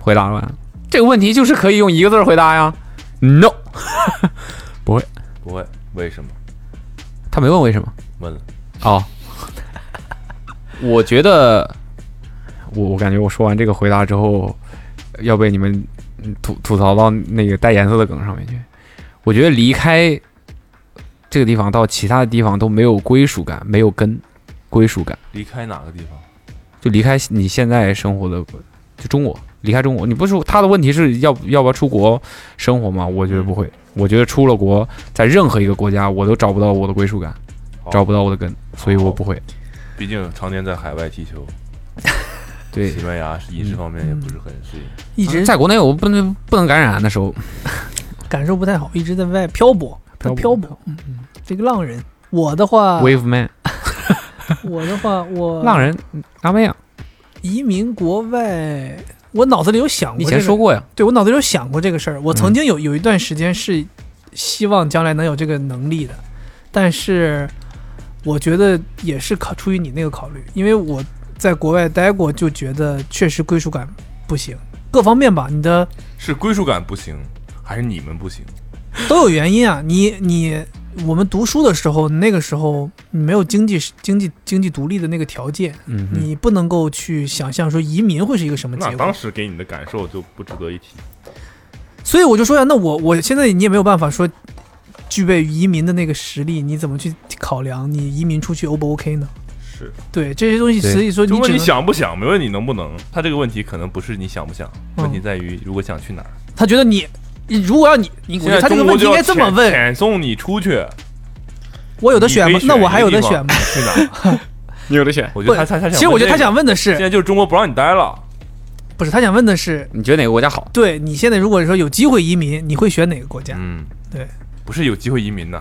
S3: 回答完这个问题就是可以用一个字儿回答呀，no。
S2: 不会，为什么？
S3: 他没问为什么
S2: 问了，
S3: 哦。我觉得， [LAUGHS] 我我感觉我说完这个回答之后，要被你们嗯吐吐槽到那个带颜色的梗上面去。我觉得离开这个地方到其他的地方都没有归属感，没有根归属感。
S2: 离开哪个地方？
S3: 就离开你现在生活的，就中国，离开中国。你不是说他的问题是要要不要出国生活吗？我觉得不会，我觉得出了国，在任何一个国家，我都找不到我的归属感，
S2: 好
S3: 找不到我的根，所以我不会。
S2: 毕竟常年在海外踢球，
S3: 对
S2: 西，班牙饮食方面也不是很适应。
S4: 一直
S3: 在国内我不能不能感染啊的时候，
S4: 感受不太好，一直在外漂泊，在
S3: 漂泊
S4: 漂泊，嗯，这个浪人。我的话，
S3: wave man
S4: 我的话，我
S3: 浪人阿妹啊，
S4: 移民国外，我脑子里有想过、
S3: 你以
S4: 这个，
S3: 前说过呀，
S4: 对我脑子里有想过这个事儿。我曾经有有一段时间是希望将来能有这个能力的，但是我觉得也是考出于你那个考虑，因为我在国外待过，就觉得确实归属感不行，各方面吧，你的
S2: 是归属感不行，还是你们不行？
S4: 都有原因啊。你你我们读书的时候，那个时候你没有经济经济经济独立的那个条件，
S3: 嗯哼，
S4: 你不能够去想象说移民会是一个什么结
S2: 那
S4: 果
S2: 当。时给你的感受就不值得一提。
S4: 所以我就说呀，那我我现在你也没有办法说具备移民的那个实力，你怎么去考量你移民出去 O 不 OK 呢？
S2: 是，
S4: 对这些东西，
S3: 对
S4: 所以说
S2: 就
S4: 你
S2: 问
S4: 只
S2: 你
S4: 能
S2: 想不想，没问你能不能。他这个问题可能不是你想不想，
S4: 嗯
S2: 问题在于如果想去哪儿。
S4: 他觉得你。如果要你，你我觉
S2: 现在
S4: 得他这个
S2: 中
S4: 问
S2: 国
S4: 题
S2: 就
S4: 应
S2: 要
S4: 该这么
S2: 遣
S4: 问：
S2: 遣送你出去，
S4: 我有的选吗
S2: 你可以？
S4: 那我还有的
S2: 一个地
S4: 选吗
S2: 方？去哪
S4: [LAUGHS]
S2: 儿？
S3: 你有的选。
S2: 我觉
S4: 不
S2: 得他他他想问这个，
S4: 其实我觉得他想问的
S2: 现
S4: 是，
S2: 在就是中国不让你待了，
S4: 不是他想问的是，
S3: 你觉得哪个国家好？
S4: 对你现在如果说有机会移民，你会选哪个国家？
S2: 嗯，
S4: 对，
S2: 不是有机会移民呐，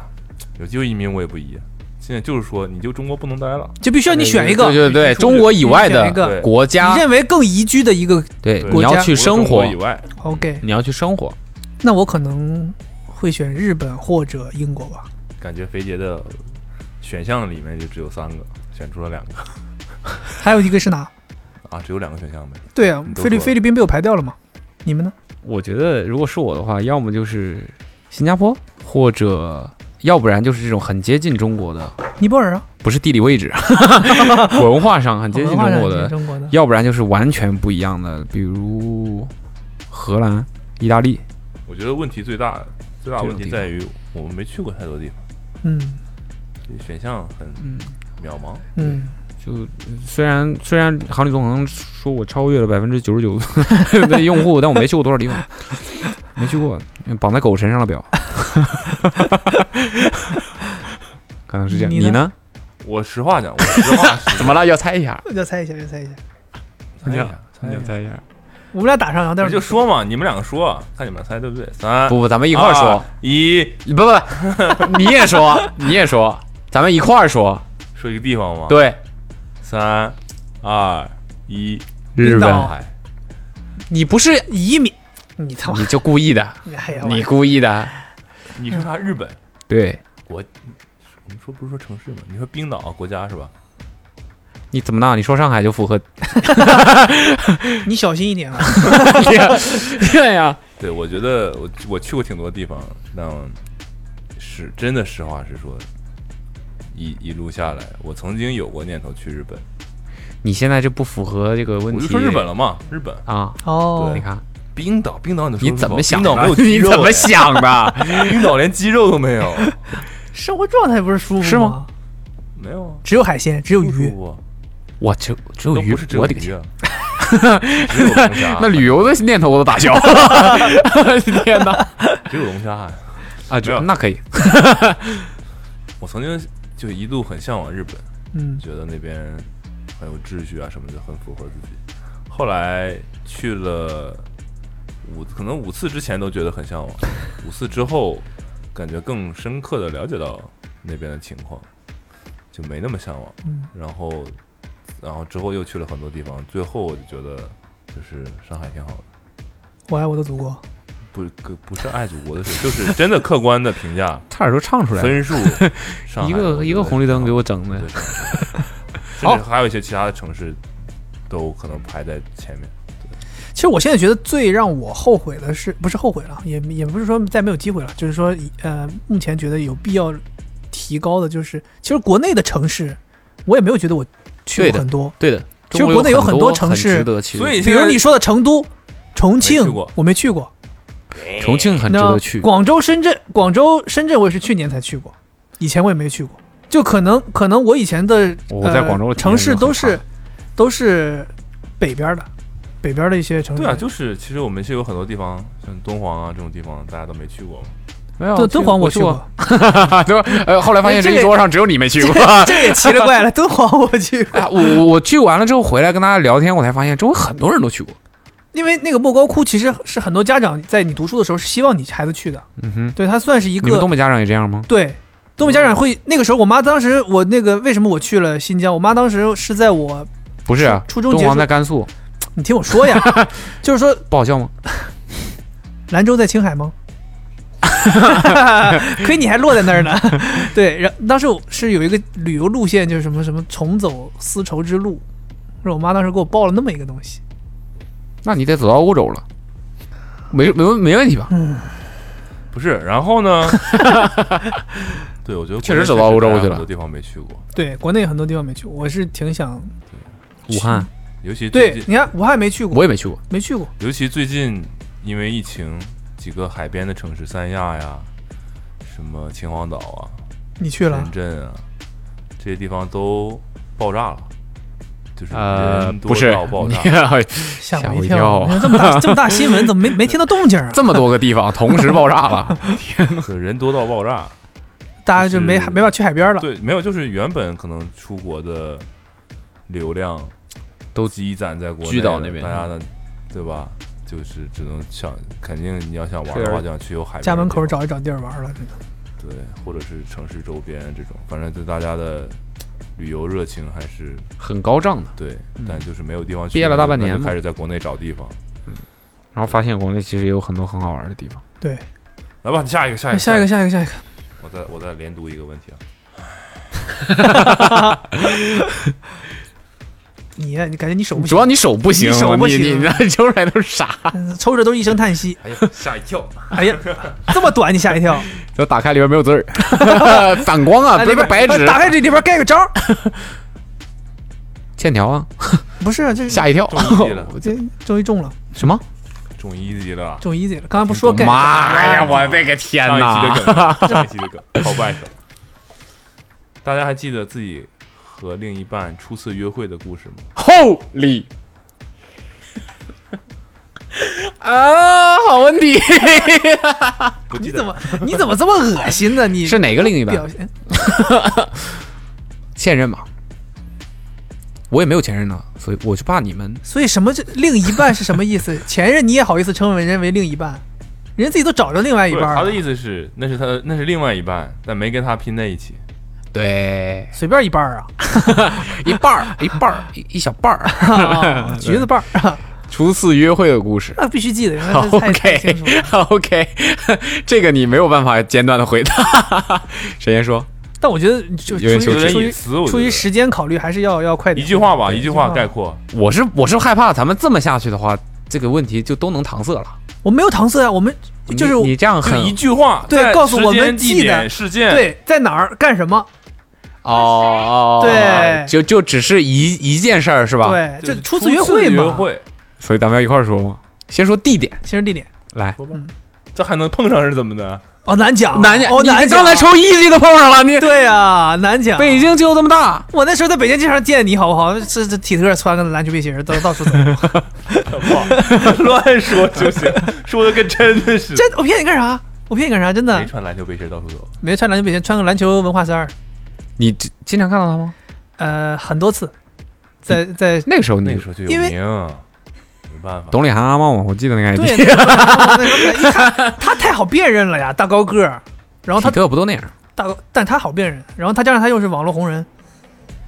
S2: 有机会移民我也不移。现在就是说，你就中国不能待了，
S4: 就必须要你选一个，
S3: 对对对，中国以外
S4: 你选一个
S3: 的
S2: 对
S3: 国
S4: 你
S3: 家，
S4: 认为更宜居的一个。
S3: 对，
S2: 对
S3: 你要去
S2: 除了中
S3: 生
S2: 国
S3: 活，
S2: 以外，
S4: OK，
S3: 你要去生活。
S4: 那我可能会选日本或者英国吧。
S2: 感觉肥杰的选项里面就只有三个，选出了两个
S4: 还有一个是哪？
S2: 啊，只有两个选项呗。
S4: 对啊
S2: 你，都
S4: 菲律
S2: 说了
S4: 菲律宾被我排掉了嘛？你们呢？
S3: 我觉得如果是我的话，要么就是新加坡或者要不然就是这种很接近中国的，
S4: 尼泊尔啊，
S3: 不是地理 [LAUGHS] 位置，文化上很接近
S4: 文化
S3: 中
S4: 上
S3: 国
S4: 接近
S3: 的，
S4: 中国的，
S3: 要不然就是完全不一样的，比如荷兰、意大利。
S2: 我觉得问题最大最大
S3: 这
S2: 问
S3: 种
S2: 题
S3: 地方
S2: 在于我们没去过太多地方，
S4: 嗯
S2: 这选项很
S3: 嗯
S2: 渺茫。
S4: 嗯，
S3: 就虽然虽然航旅纵横说我超越了百分之九十九 [LAUGHS] 的用户，但我没去过多少地方，没去过，绑在狗身上了表，可能是这样。
S4: 你
S3: 你
S4: 呢
S3: 呢？
S2: 我实话讲，我实话实
S3: [LAUGHS] 怎么了？要猜一下？
S4: 要猜一下，要猜一下，
S2: 猜一下，猜一下
S3: 猜一下？
S4: 我们俩打上，然后待会
S2: 我
S4: 儿
S2: 就说嘛，你们两个说啊，看你们俩猜对不对？三
S3: 不不，咱们一块儿说
S2: 二。一，
S3: 啊不不不，你也说，你也说，咱们一块儿说。
S2: 说一个地方吗？，
S3: 对，
S2: 三二一，
S3: 日
S4: 冰岛
S3: 本
S4: 哦。
S2: 海。
S3: 你不是，
S4: 移民，你他妈
S3: 你，就故意的，
S4: 哎呀，
S3: 你故意的。
S2: 你说啥？日本？
S3: 对，
S2: 国？我们说不是说城市吗？你说冰岛啊国家是吧？
S3: 你怎么闹？你说上海就符 [LAUGHS] 合。
S4: 你小心一点啊，
S3: 对呀、
S2: 对，我觉得我我去过挺多地方，但是真的实话实说，一一路下来，我曾经有过念头去日本，
S3: 你现在这不符合这个问
S2: 我就
S3: 题。
S2: 说日本了嗯嘛，日本、
S3: 啊！
S4: 哦
S3: 你，看
S2: 冰岛，冰岛你都说
S3: 你
S2: 不
S3: 怎
S2: 出口
S3: 么想
S2: 冰
S3: 的？
S2: 岛
S3: [LAUGHS]
S2: 没有肌
S3: 你
S2: 肉，哎
S3: 怎么想的？
S2: [LAUGHS] 冰岛连肌肉都没有，
S4: 生活状态不是舒服
S3: 是吗？
S2: 没有啊，
S4: 只有海鲜，只有
S2: 不舒
S4: 鱼，
S2: 服，
S3: 我只有只有
S2: 都
S3: 鱼
S2: 不是，只有
S3: 我的个
S2: 鱼
S3: 天！ [LAUGHS]
S2: 啊，只有龙虾，
S3: 那旅游的念头我都打消。 [LAUGHS] 天哪！
S2: 只有龙虾呀。
S3: 啊，就
S2: 没有
S3: 那可以。
S2: 我曾经就一度很向往日本，
S4: 嗯
S2: 觉得那边很有秩序啊什么的，很符合自己。后来去了五，可能五次之前都觉得很向
S3: [LAUGHS]
S2: 往，五次之后感觉更深刻的了解到那边的情况，就没那么向往。
S4: 嗯，
S2: 然后，然后之后又去了很多地方，最后我就觉得就是上海挺好的。
S4: 我爱我的祖国，
S2: 不不不是爱祖国的事， [LAUGHS] 就是真的客观的评
S3: [LAUGHS]
S2: 价
S3: 差点都唱出来了。哎
S2: 分数。上海
S3: [LAUGHS] 一
S2: 我觉
S3: 个
S2: 得
S3: 一个红绿灯给
S2: 挺好 [LAUGHS]
S3: 我整的
S2: 对，上海
S3: 好
S2: 甚至还有一些其他的城市都可能排在前面。
S4: 其实我现在觉得最让我后悔的是，不是后悔了，也也不是说再没有机会了，就是说，呃，目前觉得有必要提高的，就是其实国内的城市，我也没有觉得我去
S3: 对
S4: 过
S3: 的
S4: 很多。
S3: 对的。
S4: 其实
S3: 中
S4: 国内有
S3: 很
S4: 很多城市
S3: 值得去的，
S2: 所以
S4: 比
S2: 现
S4: 如
S2: 在
S4: 你说的成都、重庆，
S2: 没去过
S4: 我没去过，
S3: 重庆很值
S4: 那
S3: 得去。
S4: 广州、深圳，广州、深圳我也是去年才去过，以前我也没去过。就可能可能我以前的
S3: 我在
S4: 呃
S3: 广州的体验
S4: 城市
S3: 就很
S4: 都是
S3: 差
S4: 都是北边的，北边的一些城市。
S2: 对啊，
S3: 嗯
S2: 就是其实我们是有很多地方，像敦煌啊这种地方，大家都没去过嘛。
S3: 没有
S4: 敦敦煌我去过，，
S3: 对吧？呃，后来发现这一桌上只有你没去过。 [LAUGHS]
S4: 这也奇了怪了， [LAUGHS] 敦煌我去过，
S3: 啊，我我我去完了之后回来跟大家聊天，我才发现周围很多人都去过。
S4: 因为那个莫高窟其实是很多家长在你读书的时候是希望你孩子去的，
S3: 嗯哼，
S4: 对，它算是一
S3: 你们
S4: 个
S3: 东北家长也这样吗？
S4: 对。东北家长会那个时候，我妈当时我那个为什么我去了新疆？我妈当时是在我，
S3: 不是啊，
S4: 初中
S3: 敦
S4: 结
S3: 煌
S4: 束
S3: 在甘肃，
S4: 你听我说呀， [LAUGHS] 就是说
S3: 不好笑吗？
S4: 兰州在青海吗？ [LAUGHS] 亏你还落在那儿呢。 [LAUGHS] 对，然当时我是有一个旅游路线，就是什么什么重走丝绸之路，是我妈当时给我报了那么一个东西。
S3: 那你得走到欧洲了，没没问没问题吧？
S2: 不是，然后
S3: [LAUGHS]
S2: 呢？对，我觉得
S3: 确实走到欧洲去了
S2: 很多地方没去过，
S4: 对，国内很多地方没去，我是挺想。
S3: 武汉
S2: 尤其最
S4: 对
S2: 近，，
S4: 你看武汉没去过，
S3: 我也没去过，
S4: 没去过。
S2: 尤其最近因为疫情，几个海边的城市，三亚呀，什么秦皇岛啊，
S4: 你去了
S2: 深？圳啊，这些地方都爆炸了，就是
S3: 呃，
S2: 人
S3: 不
S2: 多
S3: 是
S2: 到爆炸。，
S4: 吓
S3: 吓
S4: 我
S3: 我
S4: 一
S3: 一
S4: 跳！你
S3: 跳
S4: 看这么大这么大新闻，怎么没没听到动静啊？
S3: [LAUGHS] 这么多个地方同时爆炸了，
S2: 可人多到爆炸。
S4: 大家就没
S2: 就是
S4: 没法去海边了。
S2: 对，没有，就是原本可能出国的流量
S3: 都
S2: 积攒在国内了，
S3: 聚到那边
S2: 大家的，对吧？就是只能想，肯定你要想玩的话，就想去有海边的
S4: 家门口
S2: 地方
S4: 找一找地儿玩了，真的。
S2: 对，或者是城市周边这种，反正对大家的旅游热情还是
S3: 很高涨的。
S2: 对，但就是没有地方去，
S3: 嗯憋了大半
S2: 那就
S3: 年嘛
S2: 开始在国内找地方。
S3: 然后发现国内其实也有很多很好玩的地方。
S4: 对，哎
S2: 来吧，你下一个，下一个，
S4: 下一个，，下一个，下一个。
S2: 我再我再连读一个问题啊。
S4: 你你感觉你手不行，
S3: 主要你手不行，啊
S4: 你手不
S3: 你
S4: 行
S3: 你 [LAUGHS] 那抽出来都是啥？
S4: 嗯抽着都是一声叹息。
S2: 哎呀，吓一
S3: [LAUGHS]
S2: 跳！
S4: 哎呀，这么短你吓一跳，
S3: 就打开里边没有字儿， [LAUGHS] 反光啊，
S4: 哎
S3: 不是
S4: 里
S3: 个
S4: 边
S3: 白
S4: 哎
S3: 纸，
S4: 打开这里边盖个章儿，
S3: 欠条啊，
S4: 不是这
S3: 吓一跳
S2: 中一级
S3: [LAUGHS]
S2: 了，
S4: 这终于中了，
S3: 什么？
S2: 中一级了，
S4: 中 easy 了。刚才不说盖
S3: 妈哎呀，我的个天
S2: 上一
S3: 哪！
S2: 期的梗，上一期的梗，好半首。大家还记得自己和另一半初次约会的故事吗？
S3: Holy！啊，好问题，
S2: 不记
S4: 你
S2: 得
S4: 怎么你怎么这么恶心呢？你
S3: 是哪个另一半
S4: 表？现？
S3: 现任吧。我也没有前任呢，所以我就怕你们。
S4: 所以什么这另一半是什么意思？前任你也好意思称为人为另一半，人自己都找着另外一
S2: 不
S4: 半
S2: 是他的
S4: 了，
S2: 意思是，那是他的，那是另外一半，但没跟他拼在一起。
S3: 对，
S4: 随便一半儿
S3: 一半 [LAUGHS] 儿，一半儿，一一小半 [LAUGHS] 儿。
S4: 啊，橘子瓣儿，
S3: 初次约会的故事。
S4: 那必须记得，因为这太太清楚了。
S3: OK，OK，这个你没有办法间断的回 [LAUGHS] 答。谁先说？
S4: 但我觉得就
S3: 有点
S4: 出于出
S3: 羞耻
S2: 有点隐
S4: 于
S2: 私我觉得
S4: 出于时间考虑，还是要要快
S2: 一
S4: 点。
S2: 句话吧，一句
S4: 一句
S2: 话
S4: 话
S2: 概括。
S3: 我是我是害怕咱们这么下去的话，这个问题就都能搿塞了。
S4: 我没有搪塞啊，我们就是
S3: 你你这样很
S2: 就一句话，
S4: 对
S2: 在
S4: 告诉我们
S2: 时间
S4: 记
S2: 地
S4: 得
S2: 点、事件，，
S4: 对在哪儿干什么，
S3: 嗯哦哦，
S4: 对
S3: 就就只是一一件事儿是吧？，
S4: 对，
S2: 就
S4: 就是初次约会
S2: 约
S4: 嘛，
S2: 会，
S3: 所以咱们要一块儿说吗？先说地点，
S4: 先是地点。
S3: 来，
S2: 这还能碰上是怎么的？ [LAUGHS]
S4: 哦，难讲，
S3: 南京，
S4: 哦，
S3: 你
S4: 难讲。
S3: 刚才抽一级都碰上了，你
S4: 对啊，难讲。
S3: 北京就这么大，
S4: 我那时候在北京经常见你，好不好？这这体特穿个篮球背心儿，到到处
S3: [LAUGHS]
S4: 走。
S2: 乱说就
S4: [LAUGHS]
S2: 行，说的跟真的似的。
S4: 真，我骗你干啥？我骗你干啥？真
S2: 谁
S4: 的，
S2: 穿篮球背心到处走？
S4: 没穿篮球背心，穿个篮球文化衫儿。
S3: 你经经常看到他吗？
S4: 呃，很多次，在在
S3: 那个时候你
S2: 那个时候就有
S4: 因为
S2: 名，没办法。
S3: 董李涵阿茂，我记得那个 ID， [LAUGHS]
S4: 对，那时候那时候一看他太好辨认了呀，大高个儿，然后他
S3: 体特不都那样？
S4: 大高，但他好辨认，然后他加上他又是网络红人，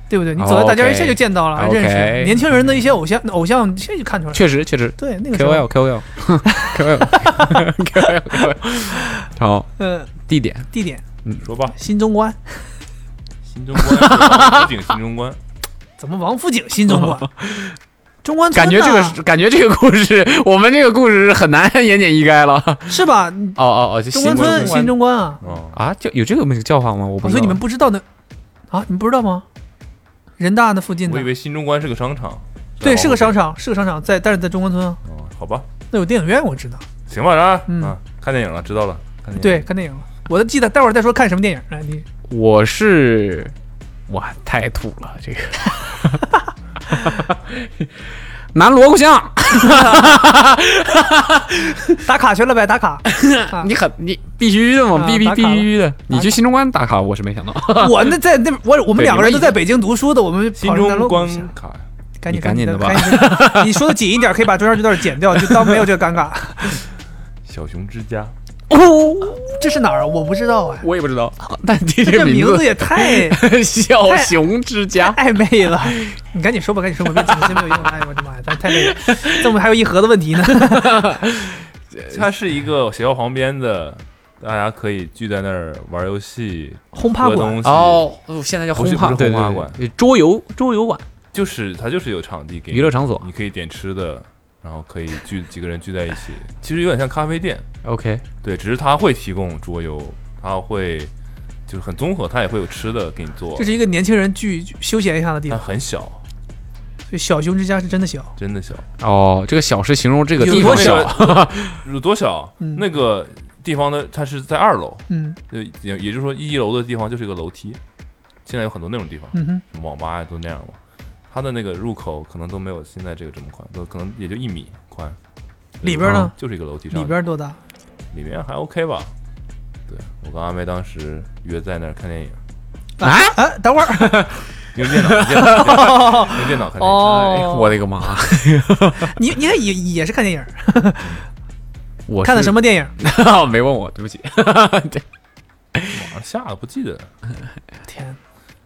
S4: 对不对？你走在大街上
S3: 哦 OK 啊
S4: 一下就见到了，
S3: OK
S4: 认识年轻人的一些偶像，偶像一下就看出来。
S3: 确实确实
S4: 对，那个时候，
S3: ，KOL KOL KOL KOL KOL，好，
S4: 呃，
S3: 地点
S4: 地点
S2: 说吧，
S4: 新中关，
S2: 新 [LAUGHS] 中关，景新中关，
S4: 怎么王府井新中关？
S3: [LAUGHS]
S4: 中关村
S3: 感
S4: 呐
S3: 觉这个是感觉这个故事，我们这个故事是很难言简意赅了。
S4: 是吧？
S3: 哦哦哦，就
S4: 中关
S3: 新
S4: 村、新中关啊，
S2: 嗯，
S3: 啊，就有这个叫法吗？我不
S4: 哦
S3: 知道。
S4: 所以你们不知道那啊？你们不知道吗？人大那附近
S2: 我
S4: 的
S2: 以，为新中关是个商场。
S4: 对，是个商
S2: 场。
S4: 场，是个商场，在但是在中关村啊，
S2: 哦好吧，
S4: 那有电影院，我知道。
S2: 行吧，啊，
S4: 嗯
S2: 啊，看电影了，知道了。看电影
S4: 对，，看电影了，我都记得，待会儿再说看什么电影。来，你
S3: 我是哇，太土了这 [LAUGHS] 个。南锣鼓巷，
S4: 打卡去了呗？打卡，啊
S3: 你很你必须的嘛，
S4: 啊
S3: 必必
S4: 打
S3: 必
S4: 卡了
S3: 须的。你去新中关打卡，我是没想到。
S4: [LAUGHS] 我那在那我我们
S3: 对
S4: 两个人
S3: 你们
S4: 都在北京读书的，我 [LAUGHS] 们
S2: 新
S4: 跑南
S2: 中
S4: 锣鼓
S2: 关
S4: 巷
S2: 卡，
S4: 赶紧
S3: 你赶紧的吧
S4: 赶 [LAUGHS] 紧你说的紧一点，可以把中间这段剪掉，就当没有这个尴尬。
S2: 小熊之家，
S4: 哦， [LAUGHS] 这是哪儿啊？我不知道哎，
S3: 我也不知道， [LAUGHS] 但这
S4: 这
S3: 个
S4: 名
S3: 字
S4: 字也 [LAUGHS] 太
S3: [LAUGHS] 小熊之家。
S4: 暧昧了。你赶紧说吧，赶紧说吧，别紧了，真没有用。哎呦我的妈呀，咱太累了，这我们还有一盒的问 [LAUGHS] 题呢。
S2: 呃它是一个学校旁边的，大家可以聚在那儿玩游戏、
S4: 轰趴
S2: 喝
S4: 馆
S2: 东西。，
S3: 哦，现在叫
S2: 不是
S3: 轰
S2: 不
S3: 趴，
S2: 是
S3: 对
S2: 轰趴
S3: 对
S2: 馆
S3: 对，桌游桌游馆，
S2: 就是它就是有场地给你
S3: 娱乐场所。
S2: 你可以点吃的，然后可以聚几个人聚在一起，其实有点像咖啡店，
S3: OK，
S2: 对，只是它会提供桌游，它会就是很综合，它也会有吃的给你做
S4: 这，是一个年轻人聚聚休闲一下的地
S2: 它
S4: 方，
S2: 很小，
S4: 所以小熊之家是真的小。
S2: 真的小，
S3: 哦，这个小是形容这个地
S2: 多
S3: 方小， [LAUGHS]
S2: 有多小？
S4: 嗯
S2: 那个地方呢，它是在二楼，
S4: 嗯
S2: 就也也就是说一楼的地方就是一个楼梯，现在有很多那种地方，
S4: 嗯哼，
S2: 什么网吧啊呀都那样嘛，它的那个入口可能都没有现在这个这么宽，都可能也就一米宽，嗯
S4: 里边呢？
S2: 就是一个楼梯上
S4: 里
S2: 去
S4: 边多大？
S2: 里面还 OK 吧？对我跟阿梅当时约在那儿看电影，
S3: 啊！
S4: 啊，等会儿， [LAUGHS]
S2: 用电脑，用电脑用电脑看电影。
S3: 哎
S4: 哦，
S3: 我的个妈！ [LAUGHS]
S4: 你你看也也是看电影，
S3: 我
S4: 看的
S3: 是
S4: 什么电影？
S3: 没问我，对不起。
S2: 网上下了不记得，
S4: 天，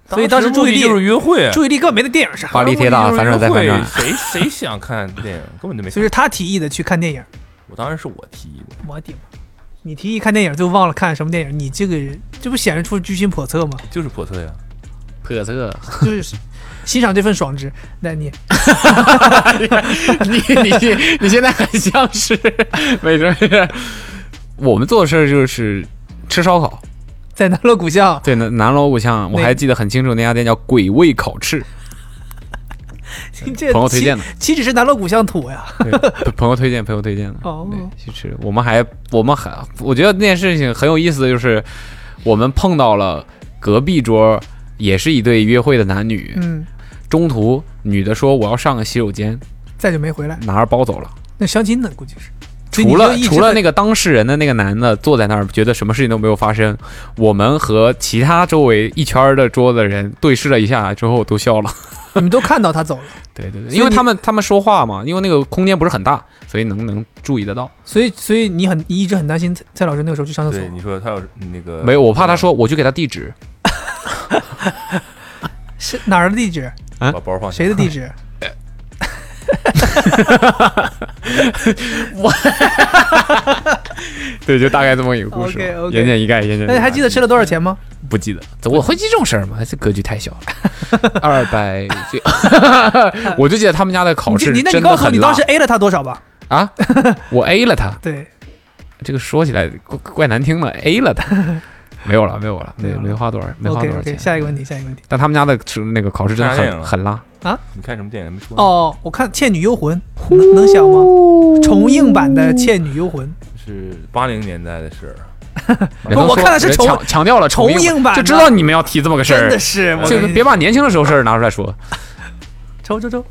S4: 所以当时注意力
S2: 目的就是约会啊，
S4: 注意力根本没在电影上。
S3: 巴黎铁塔反转再反转，
S2: 谁谁想看电影，根本就没
S4: 所
S2: 看。
S4: 以是他提议的去看电影。
S2: 我当然是我提议的，
S4: 我的妈！你提议看电影就忘了看什么电影，你这个人这不显示出居心叵测吗？ [LAUGHS]
S2: 就是叵测呀。
S3: [LAUGHS] 叵测，
S4: 就是欣赏这份爽直。那你
S3: 你你你现在很像是，没事没事。我们做的事儿就是吃烧烤，
S4: 在南锣鼓巷，
S3: 对，南南锣鼓巷，我
S4: 那
S3: 还记得很清楚，那家店叫鬼味烤翅，
S4: 这
S3: 朋友推荐的
S4: 岂，岂止是南锣鼓巷土呀？
S3: 对朋友推荐，朋友推荐的，
S4: 哦
S3: 对，去吃。我们还我们还，我觉得那件事情很有意思的就是，我们碰到了隔壁桌也是一对约会的男女，
S4: 嗯，
S3: 中途女的说我要上个洗手间，
S4: 再就没回来。
S3: 拿着包走了。
S4: 那相亲呢，估计是。所以
S3: 除
S4: 你
S3: 了
S4: 就一直
S3: 除了
S4: 在
S3: 那个当事人的那个男的坐在那儿，觉得什么事情都没有发生，我们和其他周围一圈儿的桌子的人对视了一下之后都笑了。 [LAUGHS]
S4: 你们都看到他走了，
S3: 对对
S4: 所
S3: 对，
S4: 以
S3: 因为
S4: 你
S3: 他们他们说话嘛，因为那个空间不是很大，所以能能注意得到。
S4: 所以所以你很你一直很担心蔡蔡老师那个时候去上厕所
S2: 对，，你说他要是那个
S3: 没有，我怕他说我就给他地址，
S4: 是哪儿的地址？
S2: 把包放下
S4: 谁的地
S3: [LAUGHS]
S4: 址？
S3: [LAUGHS] 对，就大概这么一个故事嘛。
S4: OK，OK
S3: 言简意赅，言简意赅。
S4: 那你还记得吃了多少钱吗？
S3: 不记得？我会记这种事儿吗？这格局太小了。
S4: [LAUGHS]
S3: 二百，就我就记得他们家的烤
S4: 你这
S3: 翅
S4: 你那你
S3: 真
S4: 告
S3: 的
S4: 诉我
S3: 很
S4: 你
S3: 辣
S4: 当时 A 了他多少吧？
S3: 啊！我 A 了他，
S4: 对，
S3: 这个说起来怪怪难听的，A 了
S4: [LAUGHS]
S3: 他。没有了，没有了，
S4: 啊
S3: 没没花多少，没花
S4: OK
S3: 多少
S4: OK，
S3: 钱。
S4: 下一个问题，下一个问题。
S3: 但他们家的吃那个烤翅真的
S2: 看电影
S3: 很
S2: 了
S3: 很辣，
S2: [LAUGHS] 你看什么电影没说呢？
S4: 哦，我看《倩女幽魂》能能想吗？重映版的《倩女幽魂》，
S2: 是八零年代的事儿，
S3: 人都
S4: 我
S3: 说
S4: 看的是
S3: 人
S4: 重
S3: 强强调了重
S4: 重映版
S3: 就
S4: 的
S3: 知道你们要提这么个事
S4: 啊真
S3: 儿
S4: 的，是我
S3: 就
S4: 跟你
S3: 别把年轻的时候事儿拿出来说。
S4: 抽抽抽，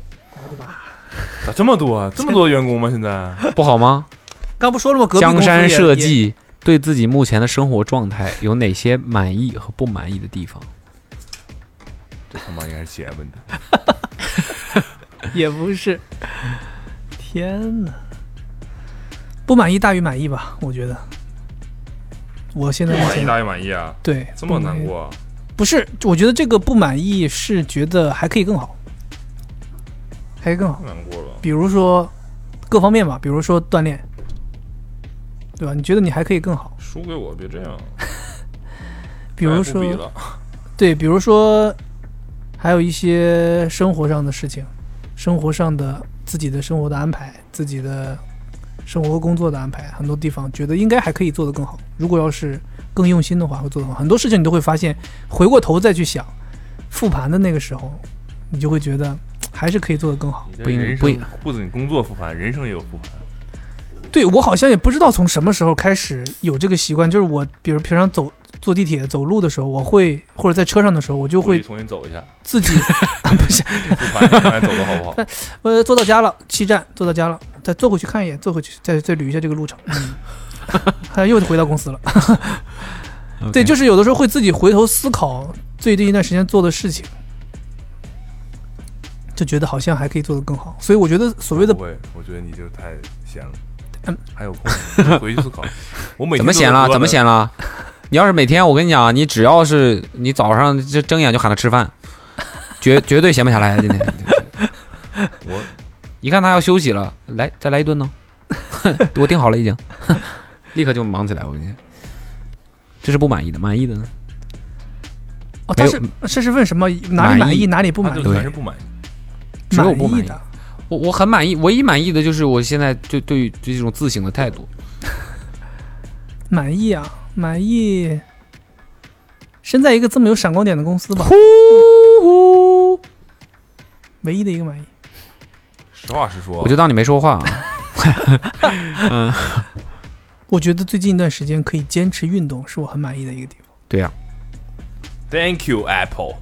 S2: 咋这么多啊？这么多员工吗？现在
S3: 不好吗？
S4: 刚不说了吗？隔壁公
S3: 江
S4: 司
S3: 山
S4: 也
S3: 社。
S4: 也
S3: 稷对自己目前的生活状态有哪些满意和不满意的地方？
S2: 这他妈应该是结巴的。
S4: 也不是。天哪，不满意大于满意吧？我觉得，我现在目
S2: 满意
S4: 前
S2: 大于满意啊？
S4: 对
S2: 这么难？
S4: 不满意
S2: 过啊？
S4: 不是，我觉得这个不满意是觉得还可以更好，还可以更好
S2: 太。难过了。
S4: 比如说各方面吧，比如说锻炼，对吧？你觉得你还可以更好？
S2: 输给我，别这样。
S4: 比如
S2: 哎不比
S4: 说，
S2: 了
S4: 对，比如说还有一些生活上的事情，生活上的自己的生活的安排，自己的生活和工作的安排，很多地方觉得应该还可以做得更好。如果要是更用心的话，会做得更好。很多事情你都会发现，回过头再去想复盘的那个时候，你就会觉得还是可以做得更好。
S2: 你这
S3: 不应
S2: 人
S3: 不
S2: 生
S3: 应
S2: 不止你工作复盘，人生也有复盘。
S4: 对我好像也不知道从什么时候开始有这个习惯，就是我比如平常走坐地铁、走路的时候，我会或者在车上的时候，我就
S2: 不
S4: 会
S2: 重新走一下，
S4: 自己不是
S2: 复盘一下走的好不好？
S4: 呃坐到家了，七站坐到家了，再坐回去看一眼，坐回去再再捋一下这个路程，嗯，还有又回到公司
S3: [LAUGHS]
S4: 了。 [LAUGHS] 对，就是有的时候会自己回头思考最近一段时间做的事情，就觉得好像还可以做得更好。所以我觉得所谓的
S2: 不
S3: 哦
S2: 会，我觉得你就太闲了
S4: 嗯。
S2: 还有空回去思考。
S5: [LAUGHS]
S2: 我每天
S3: 怎么
S2: 都
S3: 显
S2: 在
S5: 啊
S2: 不断
S3: 了？
S2: 地
S3: 怎么？显了？ [LAUGHS] 你要是每天，我跟你讲，啊你只要是你早上这睁眼就喊他吃饭，绝绝对闲不下来。啊今天 [LAUGHS]
S2: 我
S3: 一看他要休息了，来再来一顿呢， [LAUGHS] 我定好了已经， [LAUGHS] 立刻就忙起来。我跟你讲，这是不满意的，满意的呢？
S4: 哦，他是这是问什么哪里
S3: 满意啊
S4: 满意哪里不
S2: 他
S4: 满
S2: 啊就
S4: 意？
S2: 全是不满意。
S3: 只有不满
S4: 满
S3: 意
S4: 的。
S3: 我我很满意，唯一满意的就是我现在对对于这种自省的态度。
S4: 满意啊，满意。身在一个这么有闪光点的公司吧，
S3: 呼呼，
S4: 唯一的一个满意。
S2: 实话实说，
S3: 我就当你没说话啊。
S4: 我觉得最近一段时间可以坚持运动，是我很满意的一个地方。
S3: 对呀、
S2: Thank you Apple。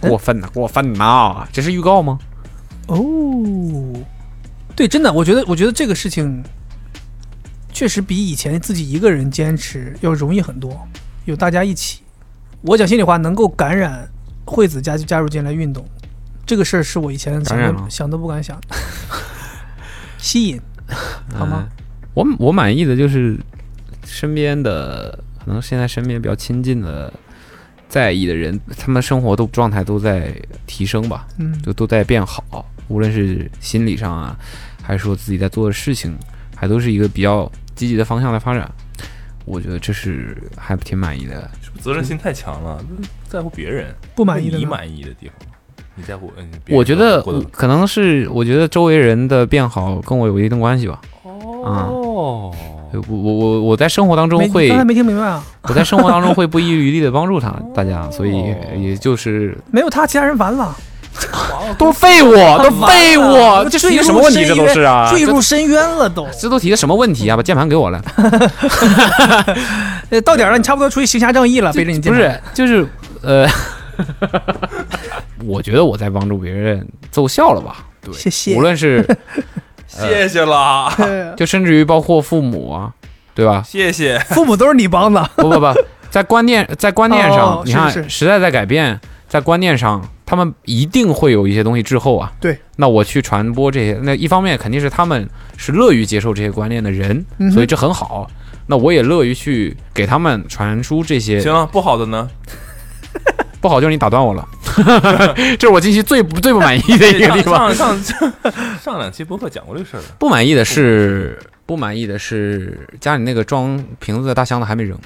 S3: 过分呐、过分呐、这是预告吗？
S4: 哦，对，真的，我觉得，我觉得这个事情确实比以前自己一个人坚持要容易很多，有大家一起。我讲心里话，能够感染惠子加加入进来运动，这个事儿是我以前想
S3: 感染
S4: 都
S3: 了
S4: 想都不敢想。吸引，好吗？
S3: 我我满意的就是身边的，可能现在身边比较亲近的、在意的人，他们生活都状态都在提升吧，
S4: 嗯，
S3: 就都在变好，无论是心理上啊，还是说自己在做的事情，还都是一个比较积极的方向在发展。
S5: 我觉得这是还挺满意的。
S2: 是不是责任心太强了？在乎别人，
S4: 不满意的
S2: 你
S4: 呢
S2: 满意的地方，你在乎嗯？别人
S5: 我觉得
S2: 过得
S5: 我可能是我觉得周围人的变好跟我有嗯一定关系吧。
S2: 哦，
S5: 我我我我在生活当中
S4: 没
S5: 会
S4: 刚才没听明白啊？
S5: 我在生活当中会不遗余力的帮助他大家，所以
S4: 哦
S5: 也就是
S4: 没有他，其他人完了，
S5: 都废物，都废物，这提的
S4: 坠入
S5: 什么问题？这
S4: 深
S5: 都是啊
S4: 渊，坠入深渊了都。
S5: 这都提的什么问题啊？把键盘给我了，
S4: 呃，到点儿了，你差不多出去行侠仗义了，背着你进
S5: 不
S4: 来
S5: 是就是呃， [LAUGHS] 我觉得我在帮助别人奏效了吧？
S4: 谢谢
S5: 无。论是
S2: 谢谢啦，
S4: 呃
S5: 就甚至于包括父母啊，对吧？
S2: 谢谢。
S4: [LAUGHS] 父母都是你帮的，
S5: 不不不，在观念在观念上
S4: 哦，
S5: 你
S4: 是
S5: 看
S4: 是
S5: 时代在改变，在观念上，他们一定会有一些东西滞后啊。
S4: 对，
S5: 那我去传播这些，那一方面肯定是他们是乐于接受这些观念的人，
S4: 嗯哼
S5: 所以这很好。那我也乐于去给他们传输这些。
S2: 行了，不好的
S5: [LAUGHS]
S2: 呢？
S5: 不好就是你打断我了， [LAUGHS] 这是我近期最不最不满意的一个地
S2: 上
S5: 方。
S2: 上上上两期播客讲过这个事儿了。
S5: 不满意的是，不满意的是家里那个装瓶子的大箱子还没扔。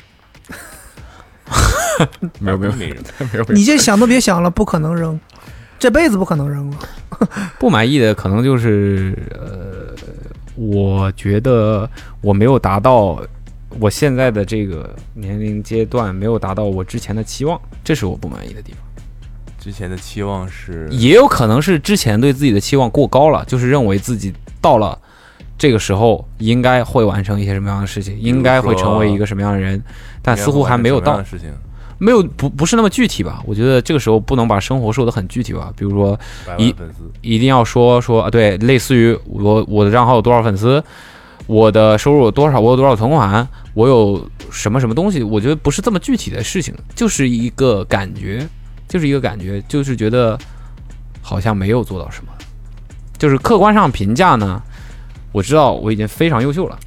S5: 没有没有
S2: 没人，
S5: 没有，
S4: 你这想都别想了，不可能扔，这辈子不可能
S5: [LAUGHS]
S4: 扔了。
S5: 不满意的可能就是呃，我觉得我没有达到我现在的这个年龄阶段，没有达到我之前的期望，这是我不满意的地方。
S2: 之前的期望是
S5: 也有可能是之前对自己的期望过高了，就是认为自己到了。这个时候应该会完成一些什么样的事情，应该会成为一个什么样的人，但似乎还没
S2: 什
S5: 有
S2: 么样
S5: 到
S2: 的，事情。
S5: 没有不不是那么具体吧？我觉得这个时候不能把生活说得很具体吧，比如说
S2: 百
S5: 一
S2: 万粉丝，
S5: 一定要说说啊，对，类似于我我的账号有多少粉丝，我的收入有多少，我有多少存款，啊我有什么什么东西，我觉得不是这么具体的事情，就是一个感觉，就是一个感觉，就是觉得好像没有做到什么，就是客观上评价呢，我知道我已经非常优秀了，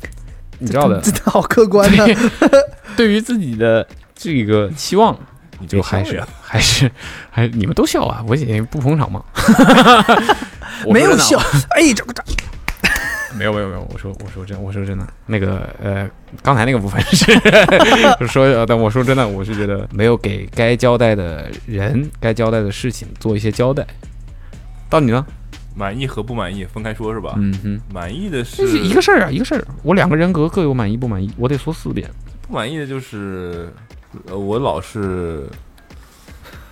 S5: 你知道
S2: 嗯
S5: 的，
S4: 这好客观呢。 [LAUGHS]
S5: 对于自己的这个期望，
S2: 你别
S5: 就还
S2: 笑
S5: 是
S2: 呀
S5: 还是还你们都笑啊，我也不捧场 [LAUGHS] 吗？我说
S4: 没有
S5: 真的啊
S4: 笑，哎，这个这
S5: 没有没有没有，我说我说真我说真的，那个呃，刚才那个部分是 [LAUGHS] 是说，呃但我说真的，我是觉得没有给该交代的人、该交代的事情做一些交代。到你呢？
S2: 满意和不满意分开说是吧？
S5: 嗯哼，
S2: 满意的
S5: 这
S2: 是
S5: 是一个事儿啊，一个事儿。我两个人格各有满意不满意，我得说四遍。
S2: 不满意的就是，呃，我老是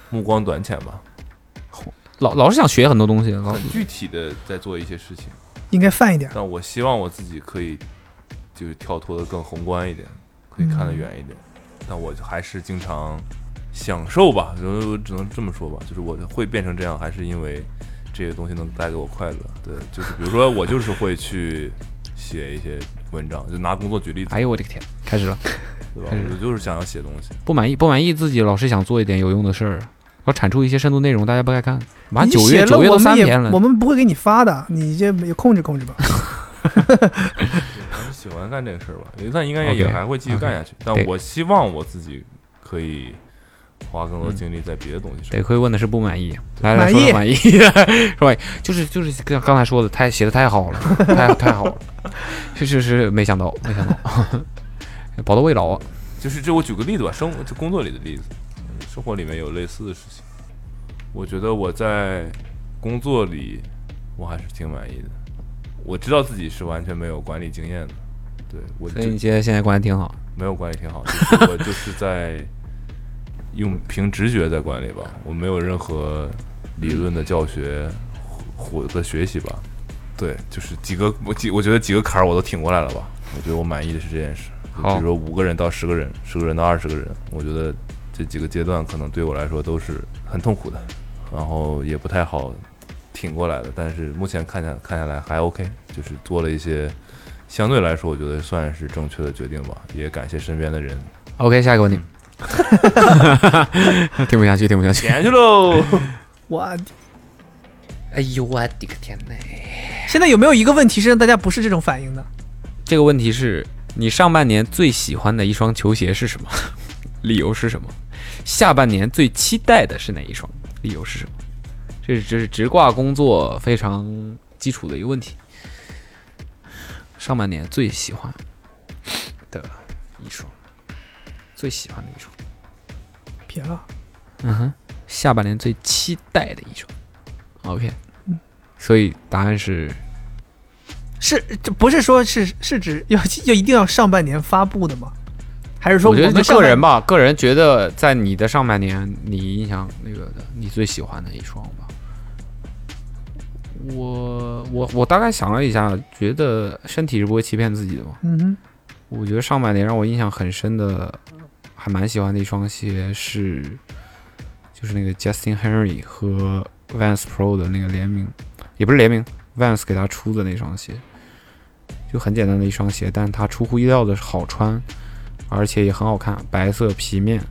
S2: 目光短浅吧，
S5: 老老是想学很多东西，老
S2: 很具体的在做一些事情，
S4: 应该泛一点。
S2: 但我希望我自己可以就是跳脱的更宏观一点，可以看得远一点，但我还是经常享受吧，就只能这么说吧，就是我会变成这样，还是因为这个东西能带给我快乐。对，就是比如说我就是会去写一些文章，就拿工作举例子，
S5: 哎呦我的个天，开始了。
S2: 对吧？
S5: 嗯
S2: 我就是想要写东西。
S5: 不满意不满意自己，老是想做一点有用的事儿，要产出一些深度内容，大家不该看。马上
S4: 你
S5: 九
S4: 写
S5: 月
S4: 了
S5: 九月
S4: 我
S5: 都
S4: 们
S5: 三
S4: 也
S5: 篇
S4: 我
S5: 了，
S4: 们不会给你发的，你这也控制
S5: [LAUGHS]
S4: 控制吧。
S2: 还是喜欢干这个事儿吧，但应该也
S5: OK，
S2: 也还会继续干下去。但
S5: 对
S2: 我希望我自己可以花更多精力在别的东西上
S5: 得。亏问的是不满意，来来
S4: 满
S5: 说说
S4: 意
S5: 满意， [LAUGHS] 是吧？就是就是像刚才说的，太写的太好
S4: [LAUGHS]
S5: 了，太太好了，确实是没想到，没想到， [LAUGHS] 宝刀未老啊！
S2: 就是这，我举个例子吧，生活就工作里的例子，嗯生活里面有类似的事情。我觉得我在工作里，我还是挺满意的。我知道自己是完全没有管理经验的，对我
S5: 所以
S2: 这
S5: 你觉得现在关系挺好，
S2: 没有管理挺好，就是我就是在用凭直觉在管理吧，我没有任何理论的教学或的学习吧。对，就是几个我几我觉得几个坎儿我都挺过来了吧。我觉得我满意的是这件事，就比
S5: 好
S2: 如说五个人到十个人，十个人到二十个人，我觉得这几个阶段可能对我来说都是很痛苦的，然后也不太好挺过来的。但是目前看下看下来还 OK，就是做了一些相对来说我觉得算是正确的决定吧。也感谢身边的人，
S5: OK，下一个
S4: [LAUGHS]
S5: 问题， [LAUGHS] 听不下去，听不下去。
S2: 点去喽。
S4: 我
S6: [LAUGHS] 哎呦我的个天呐！
S4: 现在有没有一个问题是让大家不是这种反应的？
S5: 这个问题是你上半年最喜欢的一双球鞋是什么？ [LAUGHS] 理由是什么？下半年最期待的是哪一双？理由是什么？这是这是直挂工作非常基础的一个问题。上半年最喜欢的一双，最喜欢的一首，
S4: 别了，
S5: 嗯哼，下半年最期待的一首。OK，所以答案是
S4: 是这不是说是是指要要一定要上半年发布的吗？还是说
S5: 我觉得
S4: 们
S5: 就
S4: 上
S5: 个
S4: 半
S5: 人吧，个人觉得在你的上半年，你印象那个的，你最喜欢的一双吧。我我我大概想了一下，觉得身体是不会欺骗自己的嘛。
S4: 嗯哼，
S5: 我觉得上半年让我印象很深的，还蛮喜欢的一双鞋是，就是那个 Justin Henry 和 Vans Pro 的那个联名，也不是联名，Vans 给他出的那双鞋，就很简单的一双鞋，但它出乎意料的好穿，而且也很好看，白色皮面，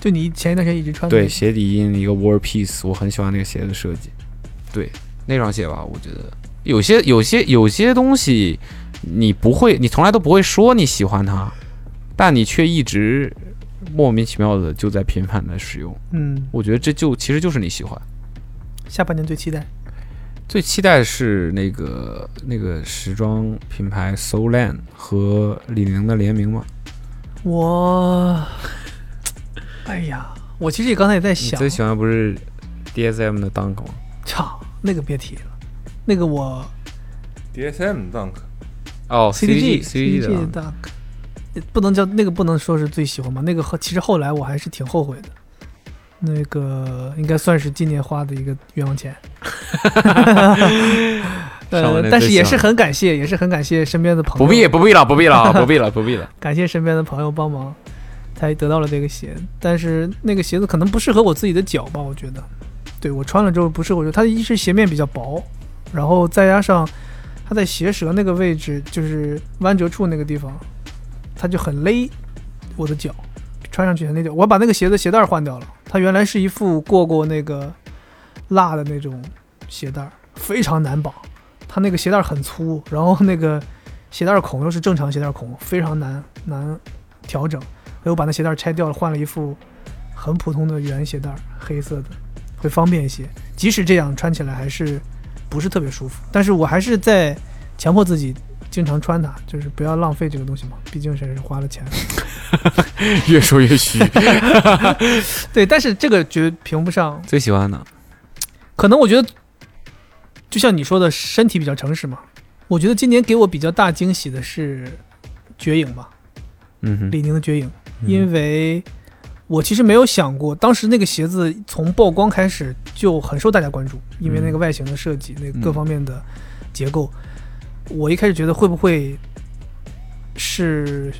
S4: 就你前一段时间一直穿的
S5: 对，鞋底印了一个 War Piece，我很喜欢那个鞋的设计。对，那双鞋吧，我觉得有些有些有些东西，你不会，你从来都不会说你喜欢它，但你却一直莫名其妙的就在频繁的使用。
S4: 嗯，
S5: 我觉得这就其实就是你喜欢。
S4: 下半年最期待。
S5: 最期待的是那个那个时装品牌 Solan 和李宁的联名嘛？
S4: 我，哎呀，我其实也刚才也在
S5: 你
S4: 想，
S5: 最喜欢的不是 DSM 的 Dunk 吗？
S4: 操，那个别提了，那个我
S2: DSM Dunk
S5: 哦
S4: CDG
S5: CDG 的 Dunk
S4: 的，不能叫那个不能说是最喜欢吧，那个后其实后来我还是挺后悔的，那个应该算是今年花的一个冤
S5: [LAUGHS]
S4: 枉钱。 [LAUGHS]
S5: 上半
S4: 呃，
S5: 年
S4: 但
S5: 最
S4: 是
S5: 喜
S4: 也
S5: 欢
S4: 是很感谢，也是很感谢身边的朋友，
S5: 不必不必了，不必了，不必了，不 [LAUGHS] 必了。
S4: 感谢身边的朋友帮忙，才得到了这个鞋。但是那个鞋子可能不适合我自己的脚吧，我觉得。对我穿了之后不适合我，它一是鞋面比较薄，然后再加上它在鞋舌那个位置，就是弯折处那个地方，它就很勒我的脚，穿上去很勒脚。我把那个鞋子鞋带换掉了，它原来是一副过过那个蜡的那种鞋带，非常难绑。它那个鞋带很粗，然后那个鞋带孔又是正常鞋带孔，非常难难调整。所以我把那鞋带拆掉了，换了一副很普通的圆鞋带，黑色的，会方便一些。即使这样穿起来还是不是特别舒服，但是我还是在强迫自己经常穿它，就是不要浪费这个东西嘛，毕竟是花了钱。 [LAUGHS]
S5: 越说越 [LAUGHS] 虚。
S4: 对，但是这个绝评不上，
S5: 最喜欢的
S4: 可能我觉得就像你说的，身体比较诚实嘛。我觉得今年给我比较大惊喜的是绝影吧。
S5: 嗯哼，
S4: 李宁的绝影，因为我其实没有想过，当时那个鞋子从曝光开始就很受大家关注，因为那个外形的设计，那个各方面的结构，我一开始觉得会不会是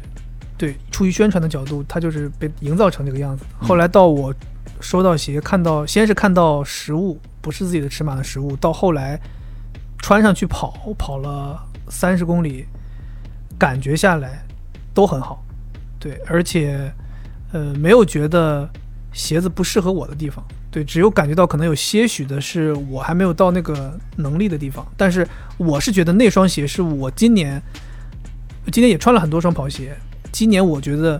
S4: 对出于宣传的角度，它就是被营造成这个样子。后来到我收到鞋，看到先是看到实物，不是自己的尺码的实物，到后来穿上去跑，跑了三十公里，感觉下来都很好。对，而且呃没有觉得鞋子不适合我的地方，对，只有感觉到可能有些许的是我还没有到那个能力的地方，但是我是觉得那双鞋是我今年，今年也穿了很多双跑鞋，今年我觉得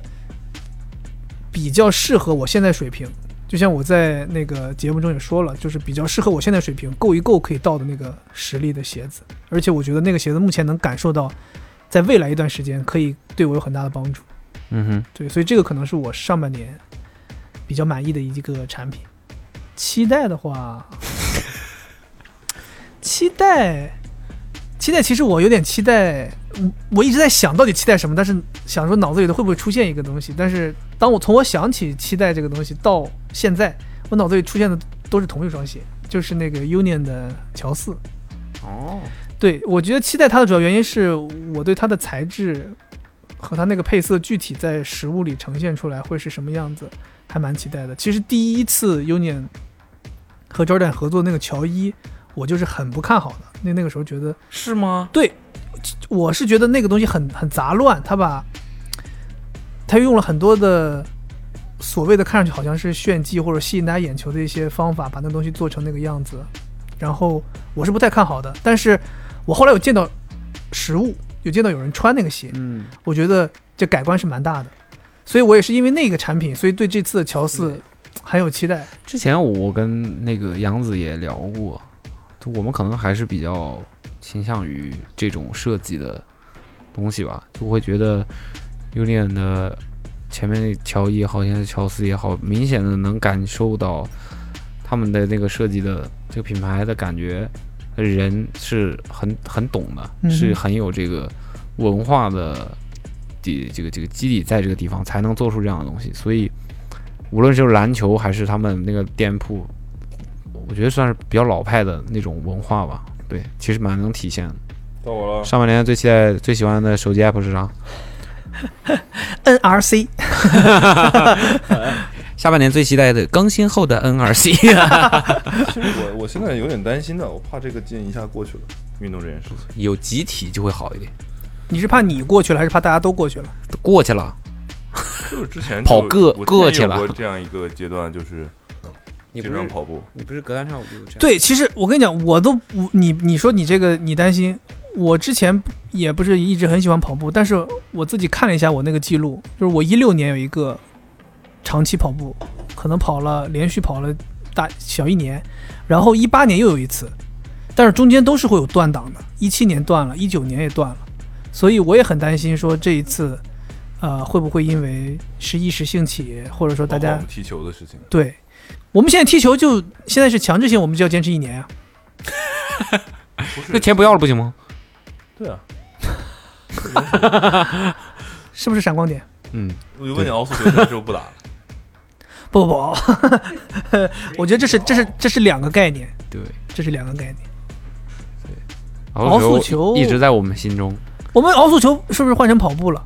S4: 比较适合我现在水平。就像我在那个节目中也说了，就是比较适合我现在水平够一够可以到的那个实力的鞋子，而且我觉得那个鞋子目前能感受到，在未来一段时间可以对我有很大的帮助。
S5: 嗯哼，
S4: 对，所以这个可能是我上半年比较满意的一个产品。期待的话，期待，期待，其实我有点期待，我我一直在想到底期待什么，但是想说脑子里头会不会出现一个东西，但是当我从我想起期待这个东西到现在，我脑子里出现的都是同一双鞋，就是那个 Union 的乔四。
S5: 哦，
S4: 对，我觉得期待它的主要原因是我对它的材质和它那个配色具体在实物里呈现出来会是什么样子，还蛮期待的。其实第一次 Union 和 Jordan 合作那个乔伊，我就是很不看好的。那那个时候觉得
S5: 是吗？
S4: 对，我是觉得那个东西很很杂乱，他把他用了很多的所谓的看上去好像是炫技或者吸引大家眼球的一些方法，把那东西做成那个样子。然后我是不太看好的，但是我后来有见到实物，有见到有人穿那个鞋，
S5: 嗯，
S4: 我觉得这改观是蛮大的。所以我也是因为那个产品，所以对这次的乔四很有期待。
S5: 之前我跟那个杨子也聊过，就我们可能还是比较倾向于这种设计的东西吧，就会觉得 Union 的前面乔伊也好，现在乔斯也好，明显的能感受到他们的那个设计的这个品牌的感觉，人是很很懂的，
S4: 嗯
S5: 是很有这个文化的底这个这个基底在这个地方，才能做出这样的东西。所以，无论是篮球还是他们那个店铺，我觉得算是比较老派的那种文化吧。对，其实蛮能体现的。
S2: 到我了，
S5: 上半年最期待、最喜欢的手机 app 是啥？
S4: NRC
S5: 下半年最期待的更新后的 NRC，
S2: 其实我我现在有点担心的，我怕这个劲一下过去了，运动这件事情。
S5: [LAUGHS] 有集体就会好一点。
S4: 你是怕你过去了，还是怕大家都过去了？
S5: 都过去了，
S2: 就是之前
S5: 跑
S2: 就
S5: 个
S2: 我之前
S5: 个去
S2: 有
S5: 了
S2: 过这样一个阶段，就是
S5: 你
S2: 经常跑步。
S5: 你不是隔三差五就这样？
S4: 对，其实我跟你讲，我都我你你说你这个你担心，我之前也不是一直很喜欢跑步，但是我自己看了一下我那个记录，就是我一六年有一个长期跑步，可能跑了连续跑了大小一年，然后一八年又有一次，但是中间都是会有断档的，一七年断了，一九年也断了，所以我也很担心说这一次，呃，会不会因为是一时兴起，或者说大
S2: 包括我
S4: 家
S2: 们踢球的事情，
S4: 对，我们现在踢球就现在是强制性，我们就要坚持一年啊。
S2: 不是
S5: 那钱不要了不行吗？
S2: 对啊。
S4: 是不是闪光点？
S5: 嗯，
S2: 我就问你，奥数决赛之后不 [LAUGHS] 打了？
S4: 不不不， [LAUGHS] 我觉得这是这是这是两个概念，
S5: 对。
S4: 这是两个概念。
S5: 敖
S4: 敖速球
S5: 一直在我们心中。
S4: 我们熬速球是不是换成跑步了？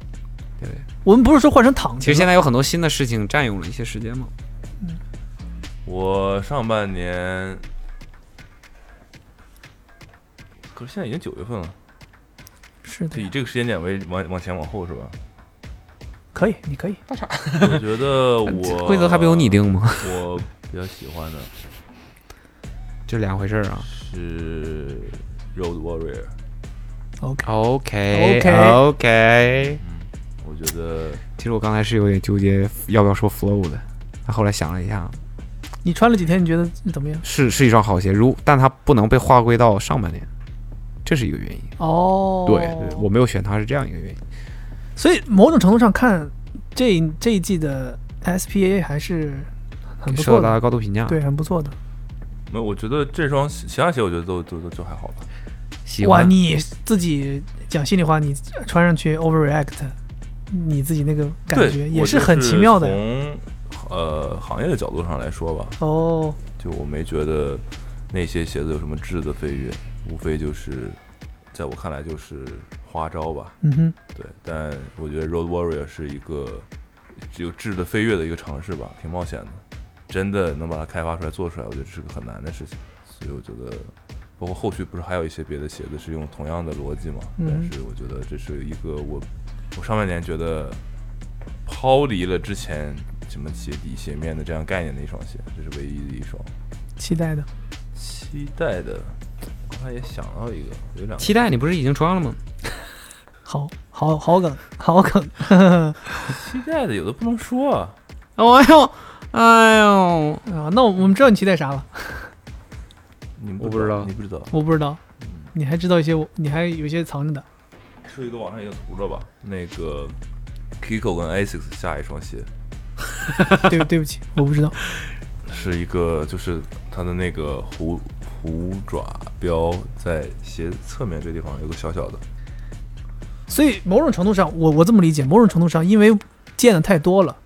S5: 对，
S4: 我们不是说换成躺
S5: 其
S4: 着
S5: 实
S4: 了，
S5: 现在有很多新的事情占用了一些时间嘛。
S2: 我上半年，可是现在已经九月份了，
S4: 是
S2: 就
S4: 的
S2: 以
S4: 呀，
S2: 这个时间点为往往前往后是吧？
S4: 可以，你可以。
S2: 我觉
S5: [LAUGHS]
S2: 得我
S5: 规则还不由你，定吗？
S2: 我比较喜欢的
S5: 这两回事儿啊。
S2: 是 Road Warrior，
S4: OK，
S5: OK
S4: OK
S5: OK。
S2: 我觉得
S5: 其实我刚才是有点纠结要不要说 Flow 的，但后来想了一下，
S4: 你穿了几天？你觉得怎么样？
S5: 是是一双好鞋，如但它不能被划归到上半年，这是一个原因。
S4: 哦，
S5: 对，对我没有选它是这样一个原因。
S4: 所以某种程度上看，这这一季的 SPA 还是很不
S5: 受
S4: 错
S5: 到大家
S4: 的，
S5: 高度评价。，
S4: 对，很不错的。
S2: 没有，我觉得这双鞋其他鞋我觉得都都都就还好吧。
S5: 喜
S4: 哇，
S5: 欢
S4: 你自己讲心里话，你穿上去 overreact，你自己那个感
S2: 对
S4: 觉
S2: 我
S4: 也
S2: 就是
S4: 很奇妙的
S2: 从呃行业的角度上来说吧，
S4: 哦。
S2: 就我没觉得那些鞋子有什么质的飞跃，无非就是在我看来就是花招吧。
S4: 嗯哼，
S2: 对，但我觉得 Road Warrior 是一个有质的飞跃的一个尝试吧，挺冒险的。真的能把它开发出来、做出来，我觉得这是个很难的事情。所以我觉得，包括后续不是还有一些别的鞋子是用同样的逻辑嘛？
S4: 嗯
S2: 但是我觉得这是一个我我上半年觉得抛离了之前什么鞋底、鞋面的这样概念的一双鞋，这是唯一的一双。
S4: 期待的。
S2: 期待的，刚才也想到一个，有两个
S5: 期待，你不是已经穿了吗？
S4: 好好好梗， [LAUGHS] 好梗，啊
S2: 期待的，有的不能说啊。
S5: 哎呦，哎呦，
S4: 啊！那我我们知道你期待啥了？
S2: 你们
S5: 我不知道
S2: 你不知道。
S4: 我不知道，你还知道一些，你还有一些藏着的。
S2: 是一个网上一个图了吧？那个 Kiko 跟 Asics 下一双鞋
S4: 对， [LAUGHS] 对不起，我不知道。
S2: 是一个，就是它的那个虎虎爪标在鞋侧面这地方有个小小的，
S4: 所以某种程度上，我我这么理解，某种程度上，因为见的太多了，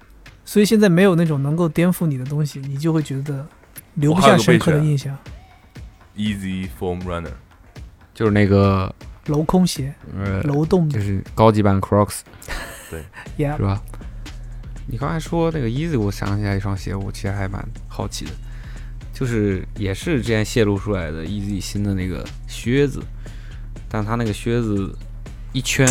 S4: 所以现在没有那种能够颠覆你的东西，你就会觉得留不
S2: 我还有
S4: 下
S2: 个备啊
S4: 深刻的
S2: 选
S4: 印象。
S2: Easy Foam Runner，
S5: 就是那个
S4: 镂空鞋，
S5: 呃，
S4: 镂洞
S5: 就
S4: 的
S5: 是高级版 Crocs
S4: ，Yeah，
S5: 是吧？你刚才说那个 Easy，我想起来一双鞋，我其实还蛮好奇的，就是也是之前泄露出来的 Easy 新的那个靴子，但它那个靴子一圈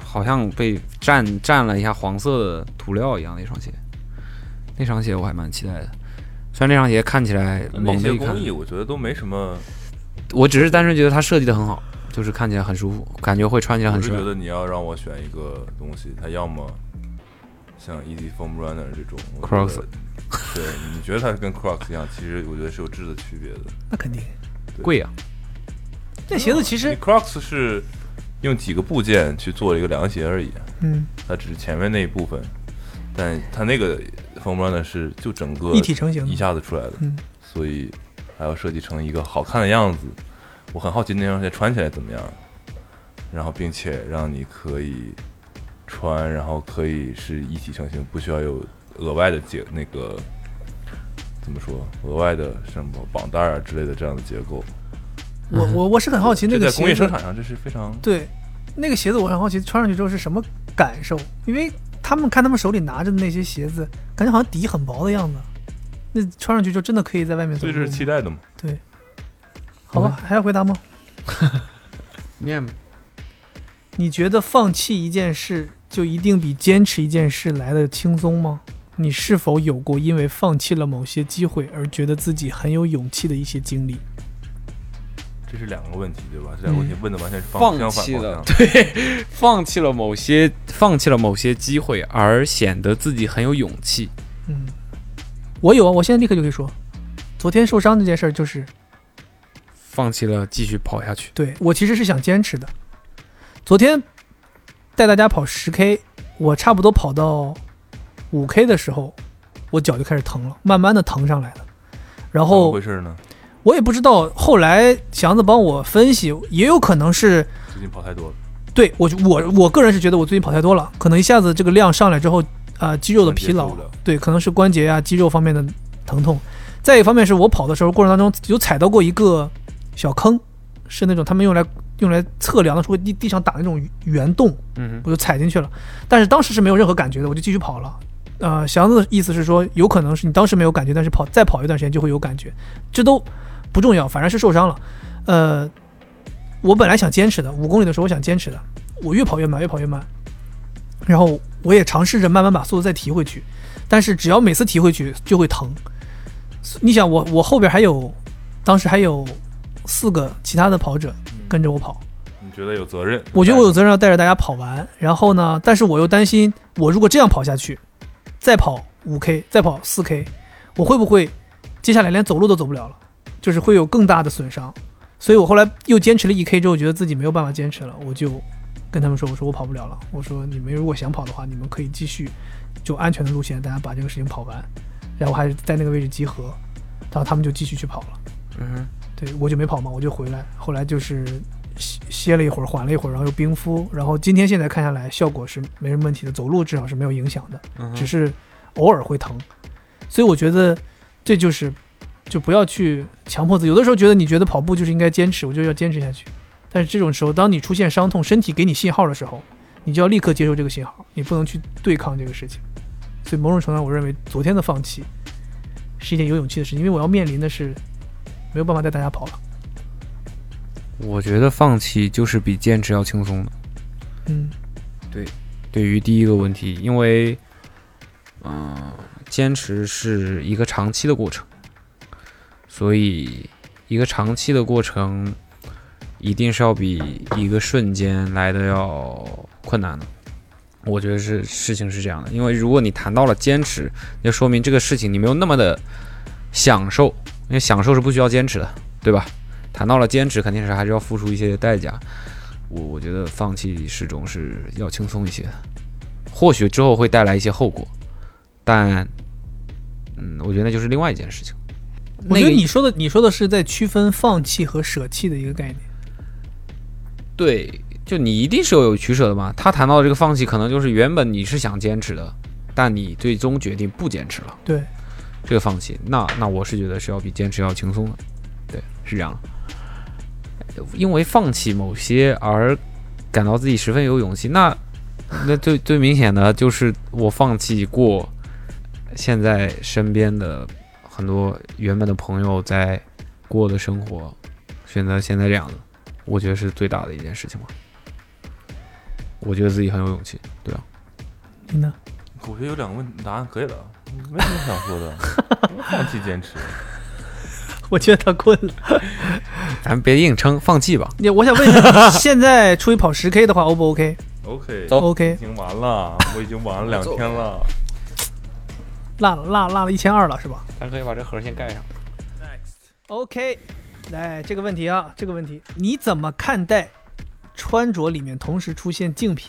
S5: 好像被蘸蘸了一下黄色的涂料一样的一双鞋，那双鞋我还蛮期待的。虽然那双鞋看起来
S2: 那
S5: 猛的
S2: 些
S5: 一看
S2: 工，艺我觉得都没什么，
S5: 我只是单纯觉得它设计的很好，就是看起来很舒服，感觉会穿起来
S2: 我
S5: 很
S2: 是
S5: 帅。
S2: 觉得你要让我选一个东西，它要么像 Easy Foam Runner 这种我觉得
S5: Crocs
S2: 对，你觉得它跟 Crocs 一样，其实我觉得是有质的区别的。
S4: 那肯定。
S5: 贵啊，
S4: 这鞋子其
S2: 你
S4: 实，
S2: Crocs 是用几个部件去做了一个凉鞋而已，啊
S4: 嗯，
S2: 它只是前面那一部分但它那个风波呢是就整个
S4: 一体成型
S2: 一
S4: 的，
S2: 下子出来的，
S4: 嗯
S2: 所以还要设计成一个好看的样子。我很好奇那双鞋穿起来怎么样，然后并且让你可以穿，然后可以是一体成型，不需要有额外的结那个怎么说额外的什么绑带啊之类的这样的结构。
S4: 我我我是很好奇那
S2: 这
S4: 个
S2: 在工业
S4: 鞋子
S2: 生产上这是非常
S4: 对，那个鞋子我很好奇穿上去之后是什么感受，因为他们看他们手里拿着的那些鞋子，感觉好像底很薄的样子，那穿上去就真的可以在外面走
S2: 所
S4: 路
S2: 以
S4: 吗。
S2: 这是期待的嘛？
S4: 对，好吧，还要回 [LAUGHS] 答吗？
S5: 念吧
S4: 你觉得放弃一件事就一定比坚持一件事来的轻松吗？你是否有过因为放弃了某些机会而觉得自己很有勇气的一些经历？
S2: 这是两个问题对吧？这两个
S4: 嗯
S2: 问题问的完全是
S5: 放
S2: 相反
S5: 弃
S2: 方
S5: 了
S2: 向，。
S5: 对，放弃了某些放弃了某些机会，而显得自己很有勇气。
S4: 嗯，我有啊，我现在立刻就可以说，昨天受伤这件事儿就是
S5: 放弃了继续跑下去，
S4: 对我其实是想坚持的。昨天带大家跑十 K，我差不多跑到五 K 的时候，我脚就开始疼了，慢慢的疼上来了。
S2: 怎
S4: 然
S2: 么
S4: 后
S2: 回事呢？
S4: 我也不知道，后来祥子帮我分析，也有可能是
S2: 最近跑太多了，
S4: 对我我我个人是觉得我最近跑太多了，可能一下子这个量上来之后，啊，肌肉的疲劳
S2: 关节受不了，
S4: 对，可能是关节啊、肌肉方面的疼痛。再一方面是我跑的时候过程当中有踩到过一个小坑，是那种他们用来用来测量的，会地地上打那种圆洞，
S5: 嗯
S4: 我就踩进去了。但是当时是没有任何感觉的，我就继续跑了。呃，祥子的意思是说，有可能是你当时没有感觉，但是跑再跑一段时间就会有感觉，这都不重要，反正是受伤了。呃，我本来想坚持的，五公里的时候我想坚持的，我越跑越慢，越跑越慢。然后我也尝试着慢慢把速度再提回去，但是只要每次提回去就会疼。你想我，我后边还有，当时还有四个其他的跑者跟着我跑，
S2: 你觉得有责任？
S4: 我觉得我有责任要带着大家跑完，然后呢，但是我又担心，我如果这样跑下去，再跑五 K，再跑四 K，我会不会接下来连走路都走不了了？就是会有更大的损伤。所以我后来又坚持了一 K 之后，觉得自己没有办法坚持了，我就跟他们说：“我说我跑不了了，我说你们如果想跑的话，你们可以继续就安全的路线，大家把这个事情跑完，然后还是在那个位置集合。”然后他们就继续去跑了。
S5: 嗯
S4: 对我就没跑嘛，我就回来。后来就是歇歇了一会儿，缓了一会儿，然后又冰敷。然后今天现在看下来，效果是没什么问题的，走路至少是没有影响的，
S5: 嗯哼，
S4: 只是偶尔会疼。所以我觉得这就是，就不要去强迫自己。有的时候觉得你觉得跑步就是应该坚持，我就要坚持下去。但是这种时候，当你出现伤痛，身体给你信号的时候，你就要立刻接受这个信号，你不能去对抗这个事情。所以某种程度上，我认为昨天的放弃是一件有勇气的事情，因为我要面临的是没有办法带大家跑了。
S5: 我觉得放弃就是比坚持要轻松的。
S4: 嗯，
S5: 对于第一个问题，因为，嗯、坚持是一个长期的过程，所以一个长期的过程，一定是要比一个瞬间来的要困难的。我觉得是事情是这样的，因为如果你谈到了坚持，那就说明这个事情你没有那么的享受，因为享受是不需要坚持的，对吧？谈到了坚持，肯定是还是要付出一些代价。我我觉得放弃始终是要轻松一些，或许之后会带来一些后果，但，嗯，我觉得那就是另外一件事情。
S4: 我觉
S5: 那个
S4: 得你说的你说的是在区分放弃和舍弃的一个概念。
S5: 对，就你一定是要有取舍的嘛。他谈到的这个放弃，可能就是原本你是想坚持的，但你最终决定不坚持了，
S4: 对，
S5: 这个放弃，那那我是觉得是要比坚持要轻松的，对，是这样的。因为放弃某些而感到自己十分有勇气，那 [LAUGHS] 那最最明显的就是我放弃过现在身边的很多原本的朋友在过的生活，选择现在这样的，我觉得是最大的一件事情吧。我觉得自己很有勇气，对啊，
S4: 你呢？ [LAUGHS]
S2: 我觉得有两个问答案可以了，没什么想说
S4: [LAUGHS]
S2: 的，放弃坚持。
S4: 我觉得他困了。
S5: 咱别硬撑，放弃吧。
S4: 你我想问一下， [LAUGHS] 现在出去跑十 K 的话，O 不 OK？OK，、
S2: OK，
S3: 走
S4: OK
S2: 已经完了，我已经玩了两天了。
S4: 落了落落了一千二了是吧
S5: 咱可以把这盒先盖上。
S4: ？OK，来这个问题啊，这个问题你怎么看待穿着里面同时出现竞品，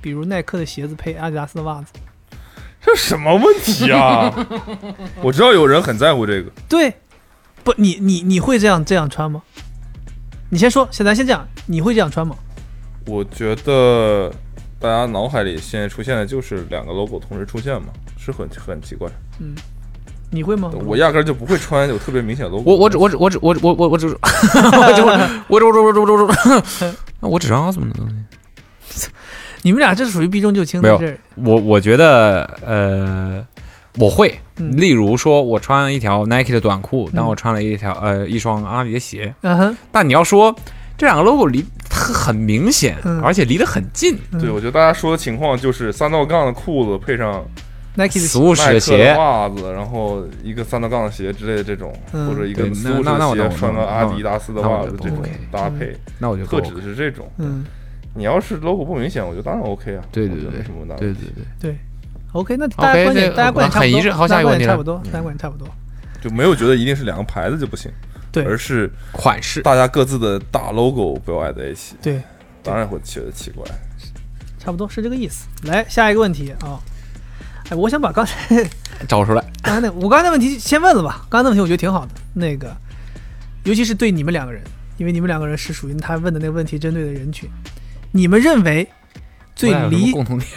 S4: 比如耐克的鞋子配阿迪达斯的袜子？
S2: 这这什么问题
S4: [LAUGHS]
S2: 啊？我知道有人很在乎这个，
S4: 对，不，你你你会这样这样穿吗？你先说，先咱先这样，你会这样穿吗？
S2: 我觉得大家脑海里现在出现的就是两个 logo 同时出现嘛，是很很奇怪。
S4: 嗯你会吗？
S2: 我压根儿就不会穿有特别明显的 logo。
S3: 我我只我只我只我我我我只我只我只我只我只我只我只那我只穿阿斯的东西。
S4: 你们俩这属于避重就轻
S3: 没
S4: 的
S3: 有
S4: 事儿。
S3: 我我觉得呃，我会，
S4: 嗯
S3: 例如说我穿一条 Nike 的短裤，但
S4: 嗯
S3: 我穿了一条呃一双阿迪的鞋。
S4: 嗯哼，
S3: 但你要说这两个 logo 离它很明显，
S4: 嗯
S3: 而且离得很近
S4: 嗯
S2: 对，我觉得大家说的情况就是三道杠的裤子配上
S4: Nike 的鞋，
S3: ，Swoosh
S2: 耐
S3: 的
S2: 克
S3: 鞋
S2: 的，袜子，然后一个三道杠的鞋之类的这种，
S4: 嗯
S2: 或者一个
S3: 对那
S2: 苏式
S3: 那那我
S2: 的
S3: 懂
S2: 鞋，穿
S3: 那
S2: 个
S3: 我
S2: 阿
S3: 懂
S2: 迪达斯的
S3: 那我
S2: 袜子
S3: 懂
S2: 这种
S3: OK
S2: 搭配，
S3: 那我就
S2: 特
S3: 够
S2: 指
S3: 了。
S2: 的是这种。
S4: 嗯
S2: 你要是 logo 不明显，我觉得当然 OK 啊，
S3: 对
S2: 我
S3: 对
S2: 觉得没
S3: 对
S2: 什么问
S3: 对
S2: 题。
S3: 对对，
S4: ，OK，那大家
S3: OK，
S4: 观点
S3: 这
S4: 大家观点差
S3: 很
S4: 不
S3: 一致
S4: 多，
S3: 好
S4: 大
S3: 下
S4: 家
S3: 一个
S4: 观
S3: 问题
S4: 点
S3: 来
S4: 差不多，大家观点差不多。
S2: 就没有觉得一定是两个牌子就不行，而
S4: 对
S2: 是
S3: 款式
S2: 大家各自的大 logo 不要挨在一起，
S4: 对，
S2: 当然会觉得奇怪。
S4: 差不多是这个意思。来下一个问题啊、哎，我想把刚才 [LAUGHS]
S3: 找出来。
S4: 刚才那我刚才那问题先问了吧，刚才那问题我觉得挺好的，那个，尤其是对你们两个人，因为你们两个人是属于他问的那个问题针对的人群，你们认为最
S3: 我俩有什么
S4: 理
S3: 共同点，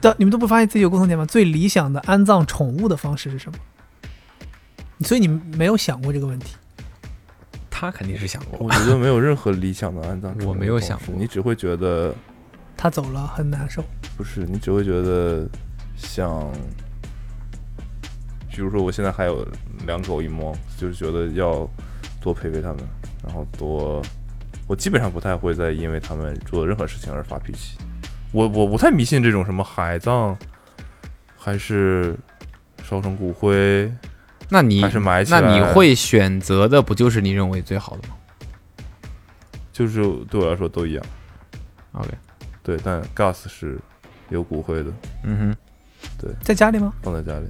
S4: 的，你们都不发现自己有共同点吗？最理想的安葬宠物的方式是什么？所以你们没有想过这个问题，
S3: 他肯定是想过
S2: 我。觉得没有任何理想的安葬处理
S3: 我
S2: 的方式，
S3: 没有想过
S2: 你只会觉得
S4: 他走了很难受，
S2: 不是，你只会觉得像，比如说我现在还有两狗一猫，就是觉得要多陪陪它们，然后多，我基本上不太会再因为它们做任何事情而发脾气。我我不太迷信这种什么海葬，还是烧成骨灰，
S3: 那你
S2: 还是埋起
S3: 那
S2: 来。
S3: 你会选择的不就是你认为最好的吗
S2: 就是对我来说都一样，
S3: ？OK，
S2: 对，但 gas 是有骨灰的，
S3: 嗯
S4: 在家里吗？
S2: 放在家里，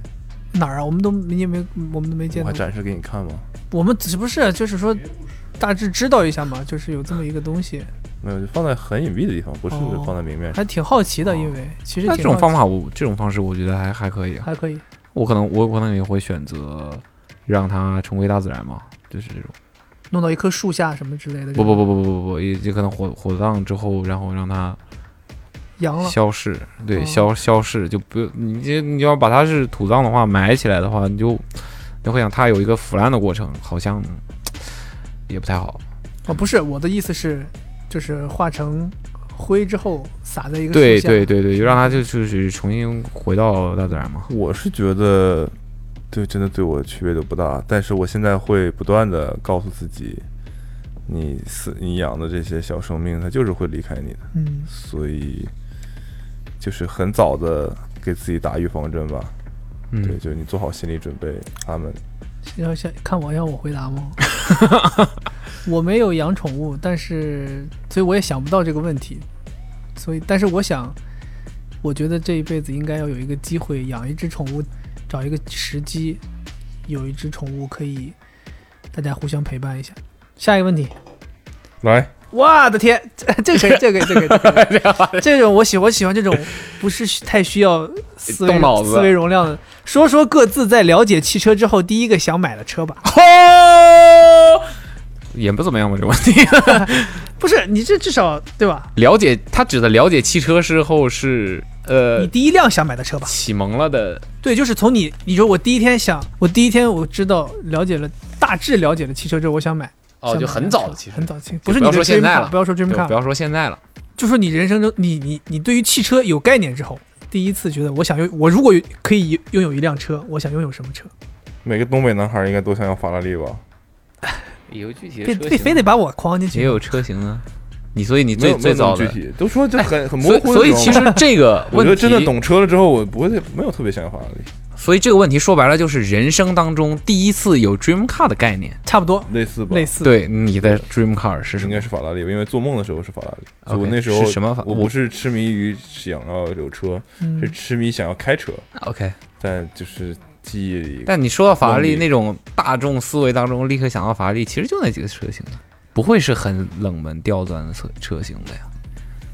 S4: 哪儿啊？我们都没也没我们都没见
S2: 我
S4: 到
S2: 还，展示给你看吗？
S4: 我们只不是就是说大致知道一下嘛，就是有这么一个东西，
S2: 没有，就放在很隐蔽的地方，不是
S4: 哦
S2: 放在明面上。
S4: 还挺好奇的，
S3: 哦
S4: 因为其
S3: 哼，
S4: 实
S3: 那
S4: 挺
S3: 这种
S4: 好
S3: 方
S4: 奇
S3: 法我这种方式我觉得还还可以啊。
S4: 还可以，
S3: 我可能我可能也会选择让它重归大自然嘛，就是这种。
S4: 弄到一棵树下什么之类的，
S3: 不不不不不不不，也也可能火火葬之后，然后让它
S4: 扬了，
S3: 消逝，对，
S4: 哦
S3: 消消逝就不你这你要把它是土葬的话埋起来的话，你就你会想它有一个腐烂的过程，好像也不太好。
S4: 哦，不是，我的意思是，就是化成灰之后撒在一个树
S3: 对
S4: 下
S3: 对，对对，就让它就就是重新回到大自然嘛。
S2: 我是觉得，对，真的对我区别都不大。但是我现在会不断的告诉自己，你死你养的这些小生命，它就是会离开你的，
S4: 嗯，
S2: 所以就是很早的给自己打预防针吧。对，
S3: 嗯，
S2: 就是你做好心理准备，他们
S4: 要想看我要我回答吗？我没有养宠物，但是所以我也想不到这个问题，所以但是我想，我觉得这一辈子应该要有一个机会养一只宠物，找一个时机，有一只宠物可以大家互相陪伴一下。下一个问题，
S2: 来
S4: 我的天，这这个可以，这个可以这个可以这个，这种我喜我喜欢这种不是太需要思维
S3: 动脑子
S4: 思维容量的。说说各自在了解汽车之后第一个想买的车吧。
S3: 哦， [LAUGHS] 也不怎么样吧，这个问题。
S4: 不是你这至少对吧？
S3: 了解，他指的了解汽车之后是呃
S4: 你第一辆想买的车吧？
S3: 启蒙了的，
S4: 对，就是从你你说我第一天想，我第一天我知道了解了大致了解了汽车之后，我想买
S3: 哦，就
S4: 想买
S3: 很
S4: 辆
S3: 早
S4: 车
S3: 的汽车，
S4: 很早期，不是你
S3: 不要
S4: 的
S3: 说
S4: dream
S3: 现在
S4: car，
S3: 了
S4: 不要说 dream
S3: 对，不
S4: car，
S3: 要说现在了，
S4: 就说你人生中你你你对于汽车有概念之后，第一次觉得我想拥我如果可以拥有一辆车，我想拥有什么车？
S2: 每个东北男孩应该都想要法拉利吧？
S3: 有具体
S4: 非非非得把我框进
S3: 也
S4: 去。
S3: 有车型啊，你所以你
S2: 没
S3: 最
S2: 有没
S3: 最
S2: 有那么
S3: 早的
S2: 具，体都说就很很模
S3: 所以
S2: 糊的
S3: 所以
S2: 时候
S3: 其
S2: 嘛
S3: [LAUGHS] 实这个
S2: 我
S3: 问
S2: 觉
S3: 题
S2: 得真的，懂车了之后，我不会没有特别想要法拉利，
S3: 所以这个问题说白了就是人生当中第一次有 dream car 的概念，
S4: 差不多
S2: 类似吧？
S4: 类似，
S3: 对你的 dream car 是什
S2: 应
S3: 么
S2: 该？是法拉利，因为做梦的时候是法拉利。
S3: OK，
S2: 我那时候
S3: 是什么法
S2: 我不是痴迷于想要有车，
S4: 嗯
S2: 是痴迷想要开车，
S3: OK，
S2: 但就是记忆里。
S3: 但你说到法拉利
S2: 梦里
S3: 那种大众思维当中立刻想到法拉利，其实就那几个车型啊，不会是很冷门刁钻的车车型的呀，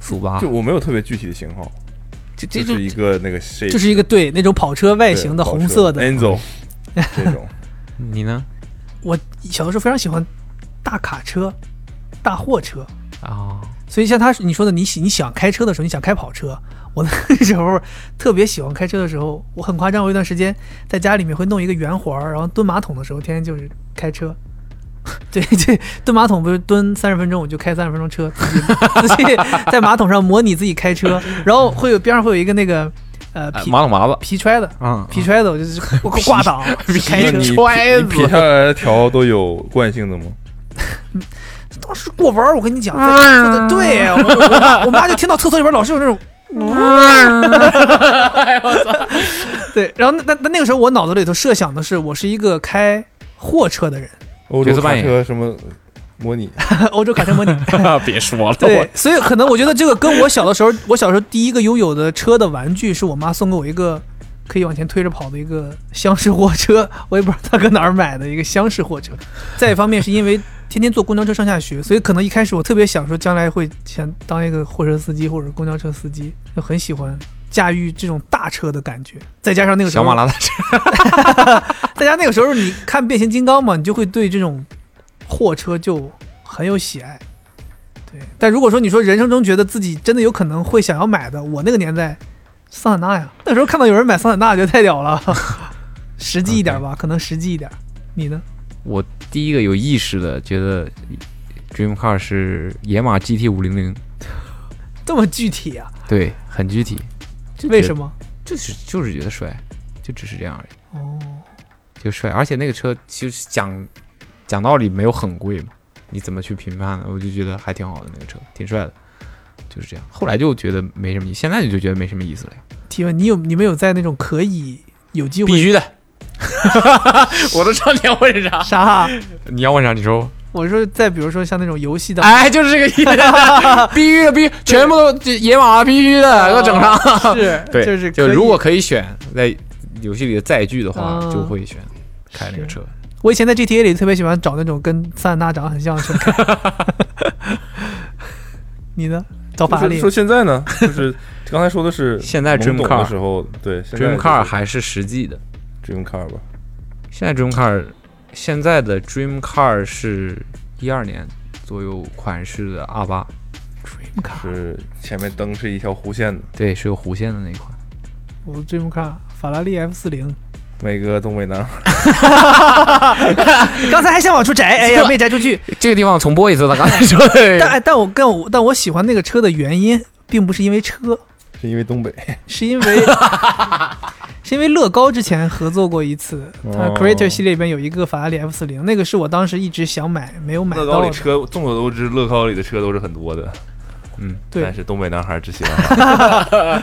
S3: 速八
S2: 就我没有特别具体的型号，
S4: 这这
S2: 就
S4: 就是
S2: 一个那个谁，
S4: 就是一个对那种跑车外
S2: 对
S4: 形的
S2: 跑
S4: 红
S2: 车
S4: 色的。
S2: Enzo 这种，
S5: 你呢？
S4: 我小的时候非常喜欢大卡车、大货车，
S5: 啊、
S4: 所以像他你说的，你喜你想开车的时候，你想开跑车。 [LAUGHS] 我那个时候特别喜欢开车的时候，我很夸张，我有一段时间在家里面会弄一个圆环儿，然后蹲马桶的时候，天天就是开车。 [LAUGHS] 对，这蹲马桶不是蹲三十分钟，我就开三十分钟车， [LAUGHS] 自己自己在马桶上模拟自己开车，然后会有边上会有一个那个呃
S5: 哎
S4: 皮
S5: 马桶麻子，
S4: 皮揣子，
S5: 嗯，
S4: 皮揣子，我就是我挂档开
S2: 那
S4: 车
S2: 你，
S3: 皮
S2: 你
S3: 揣子
S2: 撇下来的条都有惯性的吗？
S4: 当时过弯儿，我跟你讲，在厕所的对我我妈我妈就听到厕所里边老是有那种。嗯 [LAUGHS] 哎对，然后那那那那个时候，我脑子里头设想的是，我是一个开货车的人， [LAUGHS]
S2: 欧
S5: 角
S2: 洲
S5: 色扮
S2: 卡
S5: 演
S2: 车什么模拟？
S4: 欧洲卡车模拟。
S5: 别说了，
S4: [LAUGHS]
S3: [LAUGHS]
S4: 对，所以可能我觉得这个跟我小的时候， [LAUGHS] 我小时候第一个拥有的车的玩具是我妈送给我一个可以往前推着跑的一个厢式货车，我也不知道她搁哪儿买的一个厢式货车。 [LAUGHS] 再一方面是因为天天坐公交车上下学，所以可能一开始我特别想说将来会想当一个货车司机或者公交车司机，就很喜欢驾驭这种大车的感觉。再加上那个时
S5: 小
S4: 候
S5: 马拉大车，
S4: 大家那个时候你看变形金刚嘛，你就会对这种货车就很有喜爱。对，但如果说你说人生中觉得自己真的有可能会想要买的，我那个年代，桑塔纳呀，那时候看到有人买桑塔纳，觉得太
S5: [LAUGHS]
S4: 屌了。实际一点吧可能实际一点。你呢？
S5: 我第一个有意识的觉得 dream car 是野马 GT 五零零，
S4: 这么具体啊？
S5: 对，很具体，
S4: 为什么？
S5: 就是就是觉得帅，就只是这样而已，
S4: 哦，
S5: 就帅。而且那个车就是讲讲道理没有很贵嘛，你怎么去评判呢？我就觉得还挺好的那个车，挺帅的，就是这样。后来就觉得没什么意思，现在就觉得没什么意思了呀。
S4: 提问，你有你们有在那种可以有机
S3: 必
S4: 会
S3: 须的。我都知道你要问啥，
S4: 啥啊？
S5: 你要问啥？你说。
S4: 我说在比如说像那种游戏的，
S5: 啊
S3: 哎，就是这个意思，必须的，必须，全部都这野马必须的，给我整上。
S4: 是
S5: 对，
S4: 就是
S5: 就
S4: 可以
S5: 如果可以选在游戏里的载具的话，
S4: 嗯
S5: 就会选开那个车。
S4: 我以前在 GTA 里特别喜欢找那种跟塞纳长得很像的车
S2: [LAUGHS]
S4: 开。你呢？找法拉
S2: 说
S4: 利
S2: 说？现在呢，就是刚才说的是
S5: 现在
S2: 懵
S5: dream
S2: 懂
S5: car
S2: 的时候，对现在
S5: Dream
S2: 就是
S5: Car 还是实际的，
S2: Dream Car 吧，
S5: 现在 Dream Car 现在的 Dream Car 是一二年左右款式的 R 八，
S2: 是前面灯是一条弧线的，
S5: 对，是有弧线的那一款。
S4: 我 Dream Car，法拉利 F 四零。
S2: 每个东北男孩
S4: 刚才还想往出摘，哎呀，没摘出去。
S5: 这个地方重播一次，啊他刚才说的
S4: 但哎但我但我但我喜欢那个车的原因，并不是因为车，
S2: 是因为东北，
S4: 是
S2: [LAUGHS]
S4: 因为是因为乐高之前合作过一次，它
S2: 哦
S4: Creator 系列里边有一个法拉利 F 四零，那个是我当时一直想买没有买
S2: 乐高
S4: 到
S2: 里
S4: 的。
S2: 车众所周知，乐高里的车都是很多的，
S5: 嗯，
S4: 对
S2: 但，是东北男孩只喜欢
S4: [LAUGHS]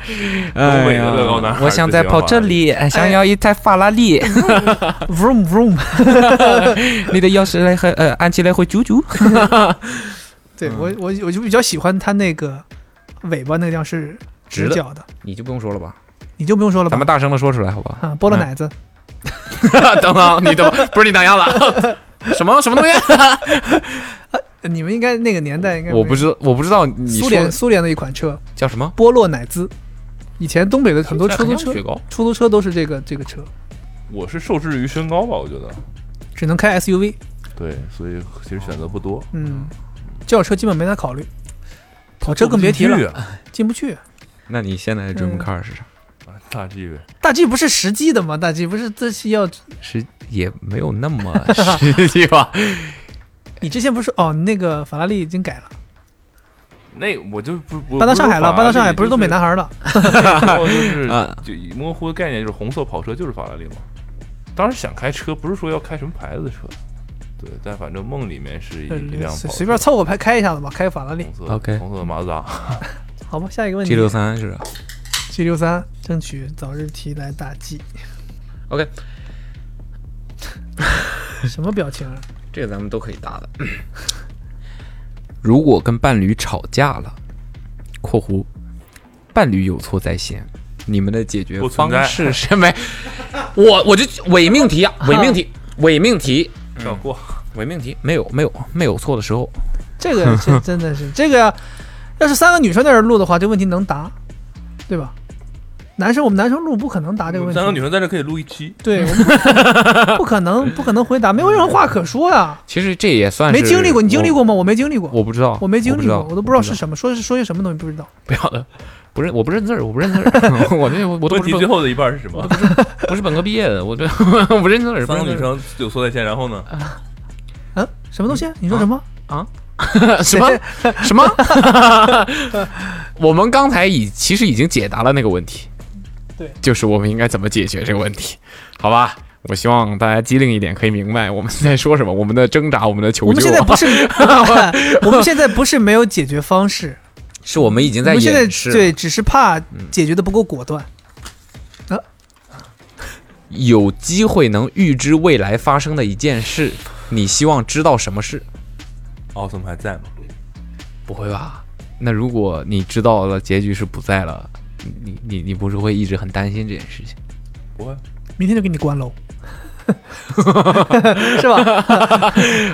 S5: 哎
S2: 北
S5: 呀
S2: 的乐高男孩
S5: 我想再跑这里，哎想要一台法拉利， [LAUGHS]
S4: vroom vroom。
S5: 你的钥匙来和呃按起来会啾啾。
S4: 对
S2: 嗯
S4: 我我我就比较喜欢它那个尾巴那个地方是
S5: 直
S4: 直
S5: 的
S4: 角的，
S5: 你就不用说了吧，
S4: 你就不用说了吧
S5: 咱们。大声的说出来好吧？
S4: 啊，菠萝奶子，
S5: 等等，啊你等不是你等一下子，什么什么东西？啊
S4: 你们应该那个年代应该
S5: 我不
S4: 是
S5: 知道，我不知道 [LAUGHS] 你
S4: 苏
S5: 说
S4: 联
S5: 的
S4: 苏联的一款车
S5: 叫什么？
S4: 波洛乃兹，以前东北的很多出租
S5: 听起来很像
S4: 车
S5: 雪糕，
S4: 出租车都是这个这个车，
S2: 我是受制于身高吧，我觉得，
S4: 只能开 SUV，
S2: 对，所以其实选择不多，
S4: 嗯，轿车基本没咋考虑，跑车更别提了，
S2: 了，
S4: 进不去。
S5: 那你现在的 dream
S4: 嗯
S5: car 是啥？
S2: 啊大 G 呗，
S4: 大 G 不是实际的吗？大 G 不是这是要
S5: 是也没有那
S4: [LAUGHS]
S5: 么实际吧？
S4: 你之前不是说哦，那个法拉利已经改了，
S2: 那我就不不
S4: 搬到上海了，搬到上海不是
S2: 东
S4: 东北
S2: 北
S4: 男孩了。
S2: [LAUGHS] 就是
S5: 啊
S2: 就模糊的概念就是红色跑车就是法拉利嘛。当时想开车，不是说要开什么牌子的车，对，但反正梦里面是一一辆跑嗯
S4: 随
S2: 车
S4: 随便凑合拍开一下子吧，开法拉利
S2: 红。色
S5: OK
S2: 红色的马自达，
S4: 好吧，下一个问
S5: G
S4: 题。
S5: 六三是吧
S4: G 六三，争取早日提来大 G。
S5: ？OK，
S4: [LAUGHS] 什么表情啊？
S5: 这个咱们都可以答的。 [COUGHS] 如果跟伴侣吵架了（括弧伴侣有错在先），你们的解决
S2: 不存
S5: 方
S2: 在 [LAUGHS]
S5: 式是没？我我就伪命题啊，伪命题，伪命题，
S2: [LAUGHS]
S4: 嗯
S2: 小过。
S5: 伪命题，没有没有没有错的时候，
S4: 这个这真的是这个要，要是三个女生在这儿录的话，这问题能答，对吧？男生我们男生录不可能答这个问题，
S2: 三个女生在这可以录一期，
S4: 对，我们不不可能不可能回答，没有任何话可说呀。
S3: 其实这也算是
S4: 没经历过，你经历？过吗？我没经历过，
S3: 我我不知道，
S4: 我没经历过，
S3: 我
S4: 我都不知道是什么，说是说些什么东西不知道。
S3: 不要的，不认我不认字儿，我不认
S5: [LAUGHS]
S3: 字儿，我这我我都
S2: 问
S3: 不
S2: 题
S3: 是
S2: 最
S3: 本
S2: 后的一半是什么？
S3: 不是本科毕业的，
S4: [LAUGHS]
S3: 我这我不认字儿。不
S2: 三个
S3: 认
S2: 女
S3: 字儿
S2: 生就坐在线，然后呢？
S4: 嗯，什么东西？你说什么？
S3: 什么什么？ [LAUGHS] 我们刚才已其实已经解答了那个问题，
S4: 对，
S3: 就是我们应该怎么解决这个问题，好吧？我希望大家机灵一点，可以明白我们在说什么， [LAUGHS] 我们的挣扎，我们的求救啊。
S4: 我们现在不是， [LAUGHS] 我们现在不是没有解决方式，
S3: 是我们已经
S4: 我
S3: 在
S4: 们现在
S3: 掩饰，
S4: 对，只是怕解决的不够果断。
S3: [LAUGHS] 有机会能预知未来发生的一件事，你希望知道什么事？
S2: 奥斯曼还在吗？
S3: 不会吧？那如果你知道了结局是不在了，你你你你不是会一直很担心这件事情？
S2: 不会，
S4: 明天就给你关 [LAUGHS] 喽，是吧？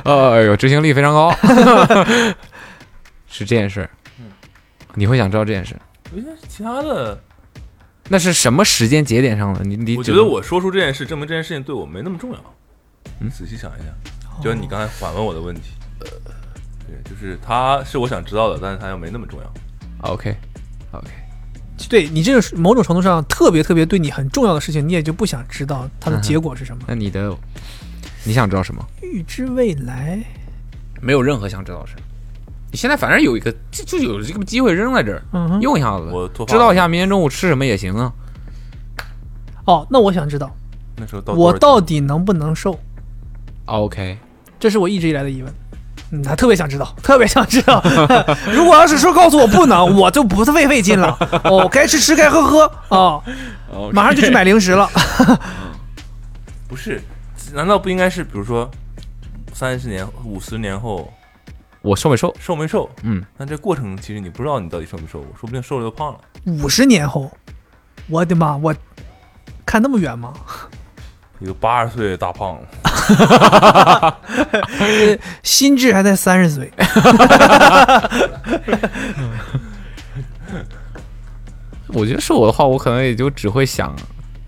S3: 呃，哎呦，执行力非常高， [LAUGHS] 是这件事儿。你会想知道这件事？
S2: 我觉得其他的，
S3: 那是什么时间节点上的？你你
S2: 我
S3: 只
S2: 觉得我说出这件事，证明这件事情对我没那么重要。你仔细想一想，
S3: 哦
S2: 就像你刚才反问我的问题，对，就是它是我想知道的，但是它又没那么重要。
S3: 啊 OK OK，
S4: 对你这个是某种程度上特别特别对你很重要的事情，你也就不想知道它的结果是什么。
S3: 那你的你想知道什么？
S4: 预知未来，
S3: 没有任何想知道的事。你现在反正有一个就就有这个机会扔在这儿，
S2: 哦
S4: 嗯哼，
S3: 用一下子，
S2: 我脱发
S3: 知道
S2: 了
S3: 一下明天中午吃什么也行啊。
S4: 哦，那我想知道
S2: 那时候到
S4: 我
S2: 多少
S4: 到底能不能瘦，
S3: 啊 OK，
S4: 这是我一直以来的疑问。嗯，他特别想知道， [LAUGHS] 特别想知道。如果要是说告诉我不能，我就不费费 [LAUGHS] 劲了。哦，该吃吃，该喝喝哦，马上就去买零食了。
S2: 斤不是？难道不应该是比如说三十年、五十年后
S3: 我瘦没瘦？
S2: 瘦没瘦？
S3: 嗯，
S2: 但这过程其实你不知道你到底瘦没瘦，说不定瘦了就胖了。
S4: 五十年后，我的妈，我看那么远吗？
S2: 一个八十岁的大胖子，
S4: 心智还在三十岁，
S3: 我觉得是我的话，我可能也就只会想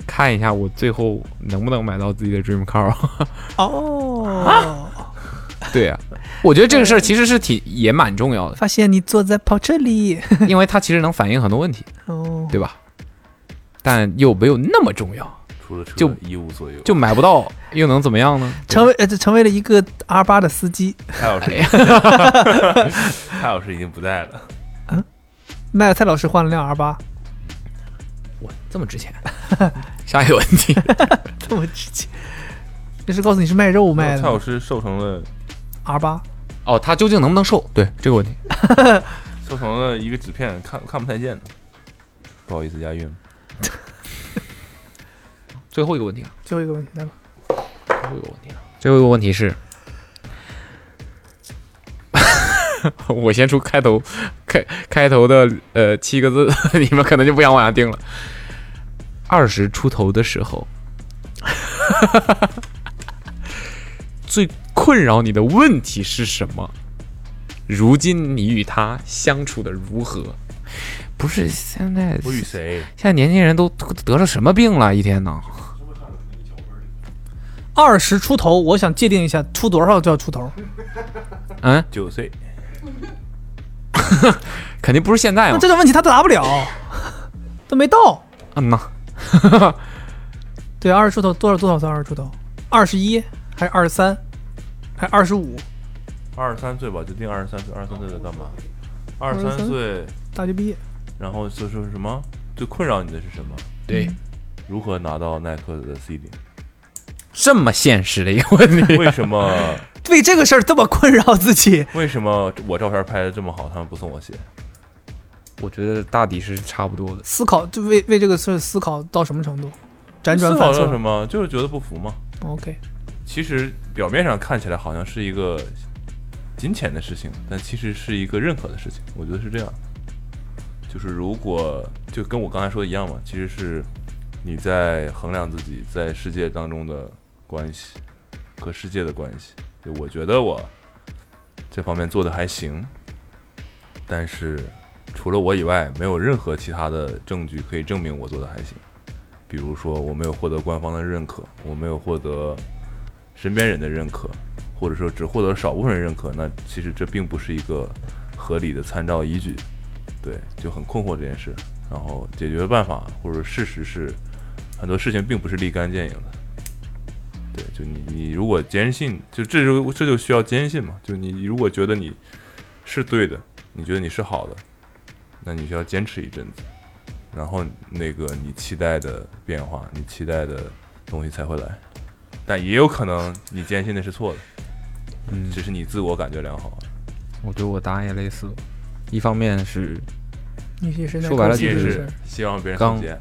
S3: 看一下我最后能不能买到自己的 dream car。 [LAUGHS]
S4: 哦，
S3: 对啊，我觉得这个事儿其实是挺也蛮重要的，
S4: 发现你坐在跑车里，
S3: 因为它其实能反映很多问题，
S4: 哦，
S3: 对吧？但又没有那么重要，
S2: 除了车
S3: 就
S2: 一无所有，
S3: 就买不到又能怎么样呢？
S4: 成为呃，这成为了一个 R 八的司机，
S2: 蔡老
S3: 哎
S2: 师， [LAUGHS] 蔡老师已经不在了。
S4: 卖了蔡老师换了辆 R 八，
S3: 我这么
S5: [LAUGHS]
S3: 值钱？下一个问题，
S4: 这么直接，这是告诉你是卖肉卖
S2: 蔡老
S4: 的
S2: 师瘦成了
S4: R 八，
S3: 哦，他究竟能不能瘦？对这个问题，
S2: 瘦成了一个纸片，看看不太见的。不好意思，押韵。
S3: 最后一个问题啊，
S4: 最后一个问题来吧，
S3: 最后一个问题啊，最后一个问题是。 [LAUGHS] 我先出开头，开开头的呃七个字， [LAUGHS] 你们可能就不想往下听了。二十出头的时候， [LAUGHS] 最困扰你的问题是什么？如今你与他相处的如何？不是现在，
S2: 我与谁？
S3: 现在年轻人都得了什么病了？一天呢？
S4: 二十出头，我想界定一下，出多少叫出头？
S2: 哎
S3: 嗯，
S2: 九岁。
S3: 肯定不是现在
S4: 那
S3: 嘛。
S4: 这种问题他都答不了， [LAUGHS] 都没到。
S3: 嗯呐，
S4: 对，二十出头多少多少算二十出头？二十一还是二十三，还是二十五？
S2: 二十三岁吧，就定二十三岁。二十三岁在干嘛？二十三
S4: 23
S2: 岁，
S4: 大学毕业，
S2: 然后就是什么？最困扰你的是什么？
S3: 对，
S2: 如何拿到耐克的 [LAUGHS] CD？
S3: 这么现实的一个问题。
S2: 为什么？
S4: 为这个事儿这么困扰自己，
S2: 为什么我照片拍的这么好，他们不送我鞋？
S3: [LAUGHS] 我觉得大抵是差不多的。
S4: 思考就为为这个事儿思考到什么程度？辗转
S2: 思
S4: 反
S2: 考到什
S4: 侧。
S2: 么？就是觉得不服嘛。
S4: OK，
S2: 其实表面上看起来好像是一个金钱的事情，但其实是一个认可的事情。我觉得是这样，就是如果就跟我刚才说的一样嘛，其实是你在衡量自己在世界当中的关系和世界的关系。就我觉得我这方面做的还行，但是除了我以外，没有任何其他的证据可以证明我做的还行。比如说，我没有获得官方的认可，我没有获得身边人的认可，或者说只获得少部分人认可，那其实这并不是一个合理的参照依据。对，就很困惑这件事。然后解决办法或者事实是，很多事情并不是立竿见影的。对，就你你如果坚信，就这就这就需要坚信嘛。就你如果觉得你是对的，你觉得你是好的，那你需要坚持一阵子，然后那个你期待的变化，你期待的东西才会来。但也有可能你坚信的是错的，
S5: 嗯
S2: 只是你自我感觉良好。
S5: 我觉得我答案也类似，一方面是
S4: 你也是在
S5: 说白了
S4: 搞
S2: 你
S5: 就
S2: 也
S4: 基础的
S5: 是
S4: 事
S2: 是
S4: 儿
S2: 希望别人
S5: 刚
S2: 理解，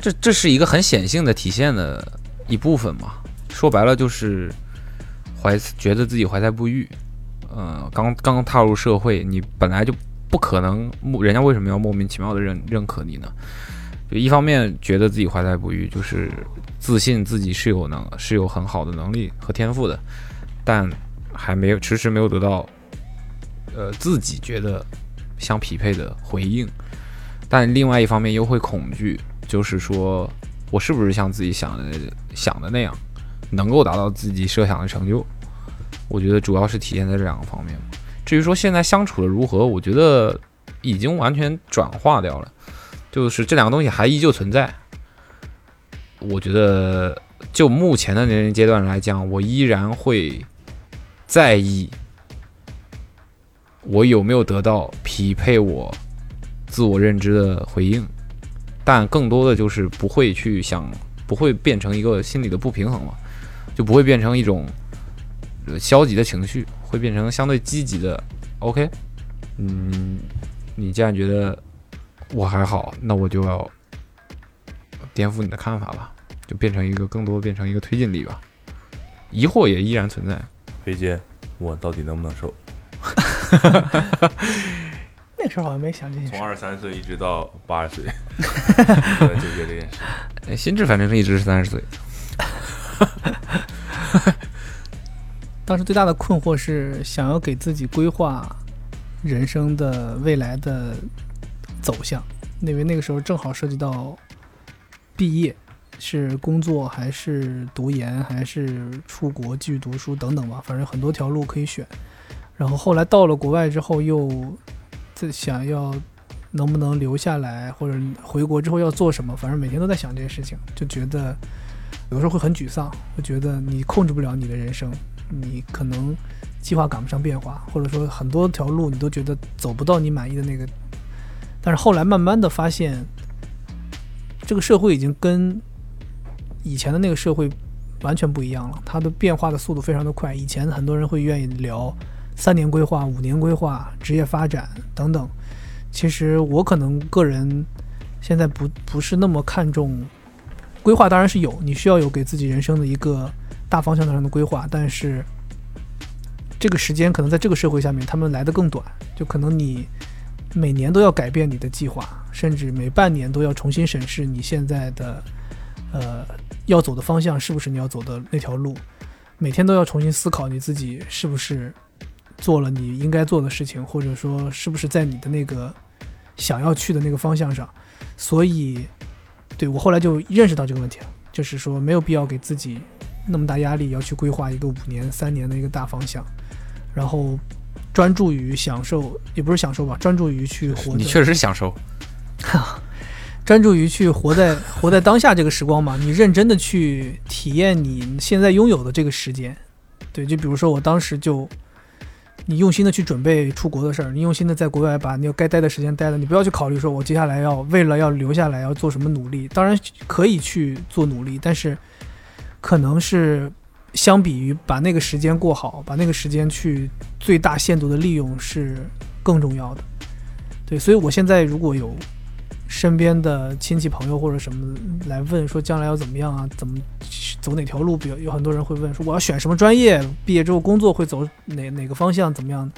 S5: 这这是一个很显性的体现的一部分嘛。说白了就是怀觉得自己怀才不遇，呃，刚刚踏入社会，你本来就不可能，莫人家为什么要莫名其妙的认认可你呢？就一方面觉得自己怀才不遇，就是自信自己是有能是有很好的能力和天赋的，但还没有迟迟没有得到，呃，自己觉得相匹配的回应。但另外一方面又会恐惧，就是说我是不是像自己想的想的那样，能够达到自己设想的成就？我觉得主要是体现在这两个方面嘛。至于说现在相处的如何，我觉得已经完全转化掉了，就是这两个东西还依旧存在。我觉得就目前的年龄阶段来讲，我依然会在意我有没有得到匹配我自我认知的回应，但更多的就是不会去想，不会变成一个心理的不平衡嘛，就不会变成一种呃消极的情绪，会变成相对积极的。OK，嗯，你既然觉得我还好，那我就要颠覆你的看法吧，就变成一个更多变成一个推进力吧。疑惑也依然存在，
S2: 飞姐，我到底能不能瘦？
S4: 那时候好像没想这件事
S2: 从。二十三岁一直到八十岁，我在纠结这件事。
S5: 哎心智反正是一直是三十岁。
S4: 当时最大的困惑是想要给自己规划人生的未来的走向，因为那个时候正好涉及到毕业，是工作还是读研还是出国继续读书等等吧，反正很多条路可以选。然后后来到了国外之后，又在想要能不能留下来，或者回国之后要做什么，反正每天都在想这些事情，就觉得有时候会很沮丧，会觉得你控制不了你的人生。你可能计划赶不上变化，或者说很多条路你都觉得走不到你满意的那个。但是后来慢慢的发现，这个社会已经跟以前的那个社会完全不一样了，它的变化的速度非常的快。以前很多人会愿意聊三年规划、五年规划、职业发展等等。其实我可能个人现在不不是那么看重规划，当然是有，你需要有给自己人生的一个大方向上的规划，但是这个时间可能在这个社会下面，他们来的更短，就可能你每年都要改变你的计划，甚至每半年都要重新审视你现在的呃要走的方向是不是你要走的那条路，每天都要重新思考你自己是不是做了你应该做的事情，或者说是不是在你的那个想要去的那个方向上，所以对我后来就认识到这个问题了，就是说没有必要给自己那么大压力，要去规划一个五年、三年的一个大方向，然后专注于享受，也不是享受吧，专注于去活
S5: 你
S4: 着。
S5: 确实享受，
S4: 专注于去活在 [LAUGHS] 活在当下这个时光嘛，你认真的去体验你现在拥有的这个时间。对，就比如说我当时就，你用心的去准备出国的事儿，你用心的在国外把你要该待的时间待了，你不要去考虑说我接下来要为了要留下来要做什么努力，当然可以去做努力，但是可能是相比于把那个时间过好，把那个时间去最大限度的利用是更重要的。对，所以我现在如果有身边的亲戚朋友或者什么来问说将来要怎么样啊，怎么走哪条路？比如有很多人会问说我要选什么专业，毕业之后工作会走哪哪个方向，怎么样？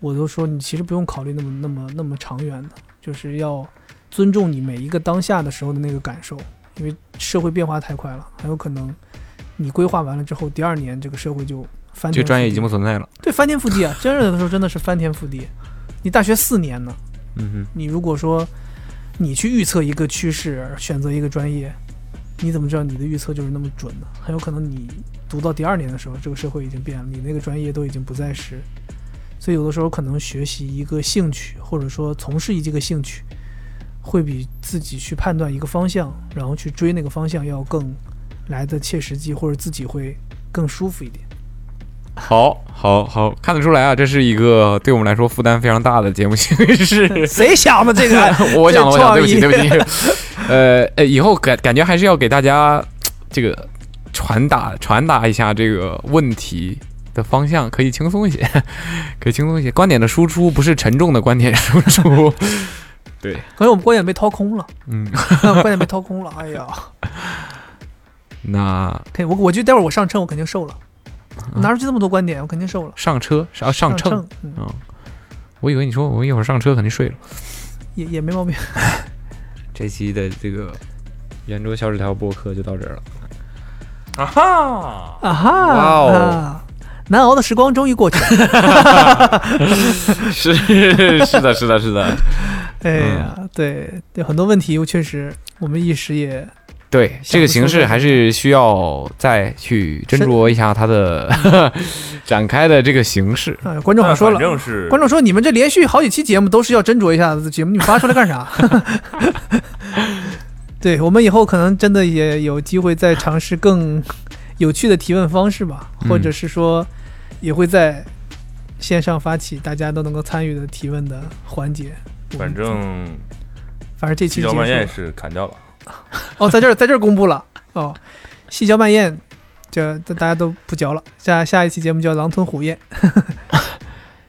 S4: 我都说你其实不用考虑那么那么那么长远的，就是要尊重你每一个当下的时候的那个感受，因为社会变化太快了，很有可能你规划完了之后，第二年这个社会就翻
S5: 这
S4: 天
S5: 专业
S4: 覆
S5: 已
S4: 地
S5: 经不存在了。
S4: 对翻天覆地啊！真的有的时候真的是翻天覆地。你大学四年呢，
S3: 嗯
S4: 你如果说你去预测一个趋势，选择一个专业，你怎么知道你的预测就是那么准呢？很有可能你读到第二年的时候，这个社会已经变了，你那个专业都已经不再是。所以有的时候可能学习一个兴趣，或者说从事一这个兴趣，会比自己去判断一个方向，然后去追那个方向要更来的切实际，或者自己会更舒服一点。
S3: 哼，好，好，好，看得出来啊，这是一个对我们来说负担非常大的节目形式。 [LAUGHS]
S4: 谁想的这个？
S3: 我想了，我想了，对
S4: 这
S3: 不
S4: 创意
S3: 起，对不起。呃， [LAUGHS] 呃，以后感感觉还是要给大家这个传达传达一下这个问题的方向，可以轻松一些， [LAUGHS] 可以轻松一些。观点的输出不是沉重的观点输 [LAUGHS] 出。
S4: [LAUGHS] 可能我们观点被掏空了，
S3: 嗯，
S4: [LAUGHS] 观点被掏空了。哎呀，
S3: 那
S4: 可以，我我觉得待会儿我上秤，我肯定瘦了。我拿出去这么多观点，我肯定瘦了。
S3: 上车是要嗯上秤
S4: 秤，，嗯，
S3: 嗯，我以为你说我一会儿上车肯定睡了。
S4: 也也没毛病。
S3: 这期的这个圆桌小纸条播客就到这儿了。
S2: 啊哈，
S4: 啊哈，
S3: 哇哦
S4: 啊难熬的时光终于过去了。
S3: [LAUGHS] 是是的，是的，是的，
S4: 哎呀，
S3: 嗯
S4: 对对，很多问题我确实我们一时也
S3: 对这个形式还是需要再去斟酌一下它的 [LAUGHS] 展开的这个形式。
S4: 啊，观众好像说了
S2: 反。正是
S4: 观众说：“你们这连续好几期节目都是要斟酌一下子节目，你们发出来干
S2: [LAUGHS]
S4: 啥？”对我们以后可能真的也有机会再尝试更有趣的提问方式吧，
S3: 嗯
S4: 或者是说也会在线上发起大家都能够参与的提问的环节。我们
S2: 反正
S4: 反正这
S2: 细
S4: 期结
S2: 嚼
S4: 束
S2: 慢咽
S4: 了
S2: 是砍掉了，
S4: 哦，在这儿在这儿公布了哦，细嚼慢咽，这这大家都不嚼了。下下一期节目叫狼吞虎咽。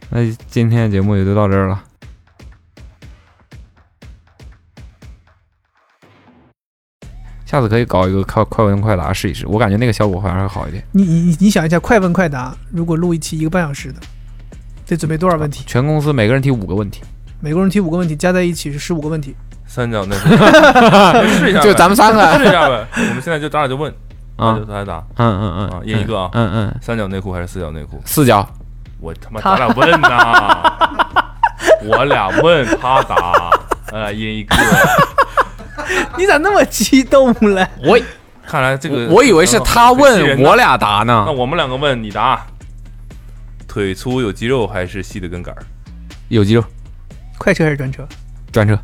S3: 那今天的节目也就到这儿了。下次可以搞一个快快问快答试一试，我感觉那个效果好像会好一点。
S4: 你你你你想一下，快问快答，如果录一期一个半小时的，得准备多少问题？
S3: 全公司每个人提五个问题，
S4: 每个人提五个问题，加在一起是十五个问题。
S2: 三角那试一下呗，
S3: 就咱们三个
S2: [LAUGHS] 试一下呗。我们现在就咱俩就问，那
S3: 啊
S2: 就，咱俩打
S3: 嗯嗯
S2: 啊
S3: 嗯，
S2: 一人一个啊
S3: 嗯嗯，
S2: 三角内裤还是四角内裤？
S3: 四角，
S2: 我他妈咱俩问呐，
S3: [LAUGHS]
S2: 我俩问他答，咱俩一人一个。
S4: 你咋那么激动嘞？
S3: 我
S2: 看来这个
S3: 我以为是
S2: 嗯
S3: 他
S2: 很吸
S3: 问
S2: 人呐
S3: 我俩答呢
S2: 那。我们两个问你答，腿粗有肌肉还是细的跟杆儿？
S3: 有肌肉，
S4: 快车还是专车？
S3: 专车。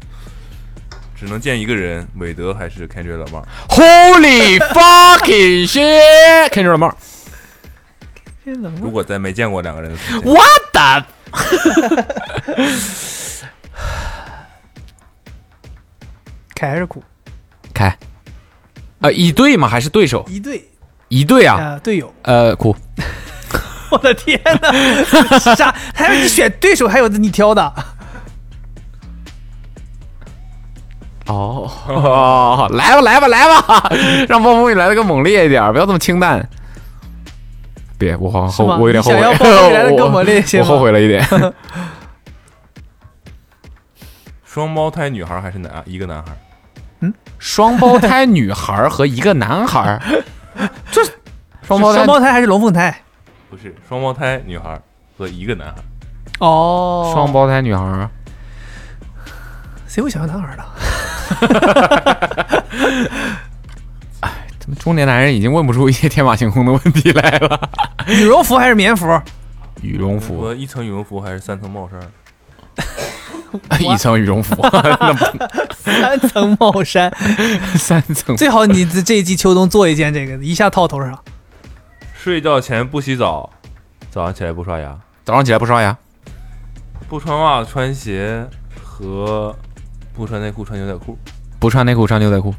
S2: 只能见一个人，韦德还是 Kendrick Lamar？ [LAUGHS]
S3: Holy fucking shit！看着了帽
S4: 天冷
S2: 如
S4: 了，
S2: 果在没见过两个人的时间，
S3: ，What the？
S4: 凯还是苦？
S3: 开，呃，一队吗？还是对手？
S4: 一队
S3: 一队啊？
S4: 啊，队友。
S3: 呃，哭。
S4: 我的天哪，啥？还有你选对手，还有你挑的。
S3: 哦，哦 [LAUGHS] 来吧，来吧，来吧， [LAUGHS] 让暴风雨来的更猛烈一点儿，不要这么清淡。别，我好
S4: 是
S3: 后，
S4: 吗
S3: [LAUGHS] 我有点后悔，
S4: 你想要暴风雨来得更猛烈一些
S3: 我
S4: 吗
S3: 我后悔了一 [LAUGHS] 点。
S2: 双胞胎女孩还是男一个男孩？
S3: 双胞胎女孩儿和一个男孩儿， [LAUGHS] 这双胞
S4: 是
S3: 胎
S4: 双胞胎还是龙凤胎？
S2: 不是双胞胎女孩和一个男孩。
S4: 哦，
S3: 双胞胎女孩儿，
S4: 谁会想要男孩的？
S3: 怎么中年男人已经问不出一些天马行空的问题来了？
S4: 羽绒服还是棉服？
S3: [LAUGHS]
S4: [LAUGHS]
S3: 羽绒服，
S2: 我一层羽绒服还是三层帽衫？
S3: [LAUGHS] 一层羽绒服，
S4: 三层帽衫，
S3: [LAUGHS] 三层。
S4: 最好你这这一季秋冬做一件这个，一下套头上。
S2: 睡觉前不洗澡，早上起来不刷牙，
S3: 早上起来不刷牙，
S2: 不穿袜子穿鞋和不穿内裤穿牛仔裤。
S3: 不穿内裤穿牛仔裤，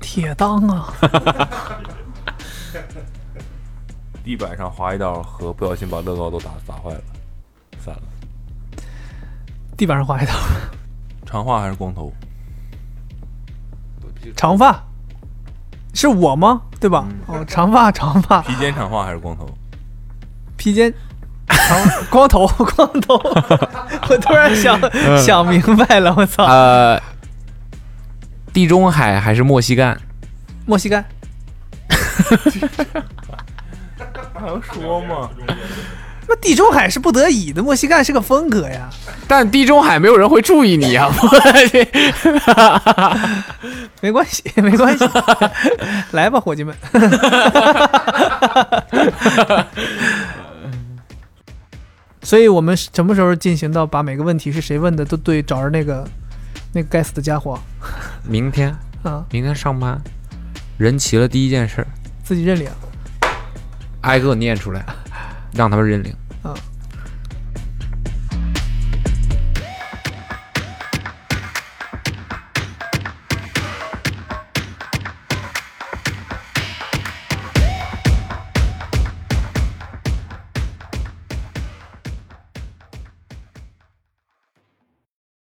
S4: 铁当啊！
S2: 地板上划一道和不小心把乐高都打砸坏了，散了。
S4: 地板上划一道，
S2: 长发还是光头？
S4: 长发，是我吗？对吧？哦，长发，长发，
S2: 披肩长发还是光头？
S4: 披肩，长光头，光头。 [LAUGHS] 我突然想想明白了，我操！
S3: 呃，地中海还是墨西干？
S4: 墨西哥，
S2: 还用说吗？
S4: 妈地中海是不得已的，墨西哥是个风格呀。
S3: 但地中海没有人会注意你啊！
S4: 没关系，没关系， [LAUGHS] 来吧，伙计们。 [LAUGHS] 所以我们是什么时候进行到把每个问题是谁问的都对，找着那个那个该死的家伙
S3: 明天，
S4: 啊，
S3: 明天上班，人齐了第一件事儿，
S4: 自己认领
S3: 挨个念出来，让他们认领。
S4: 啊。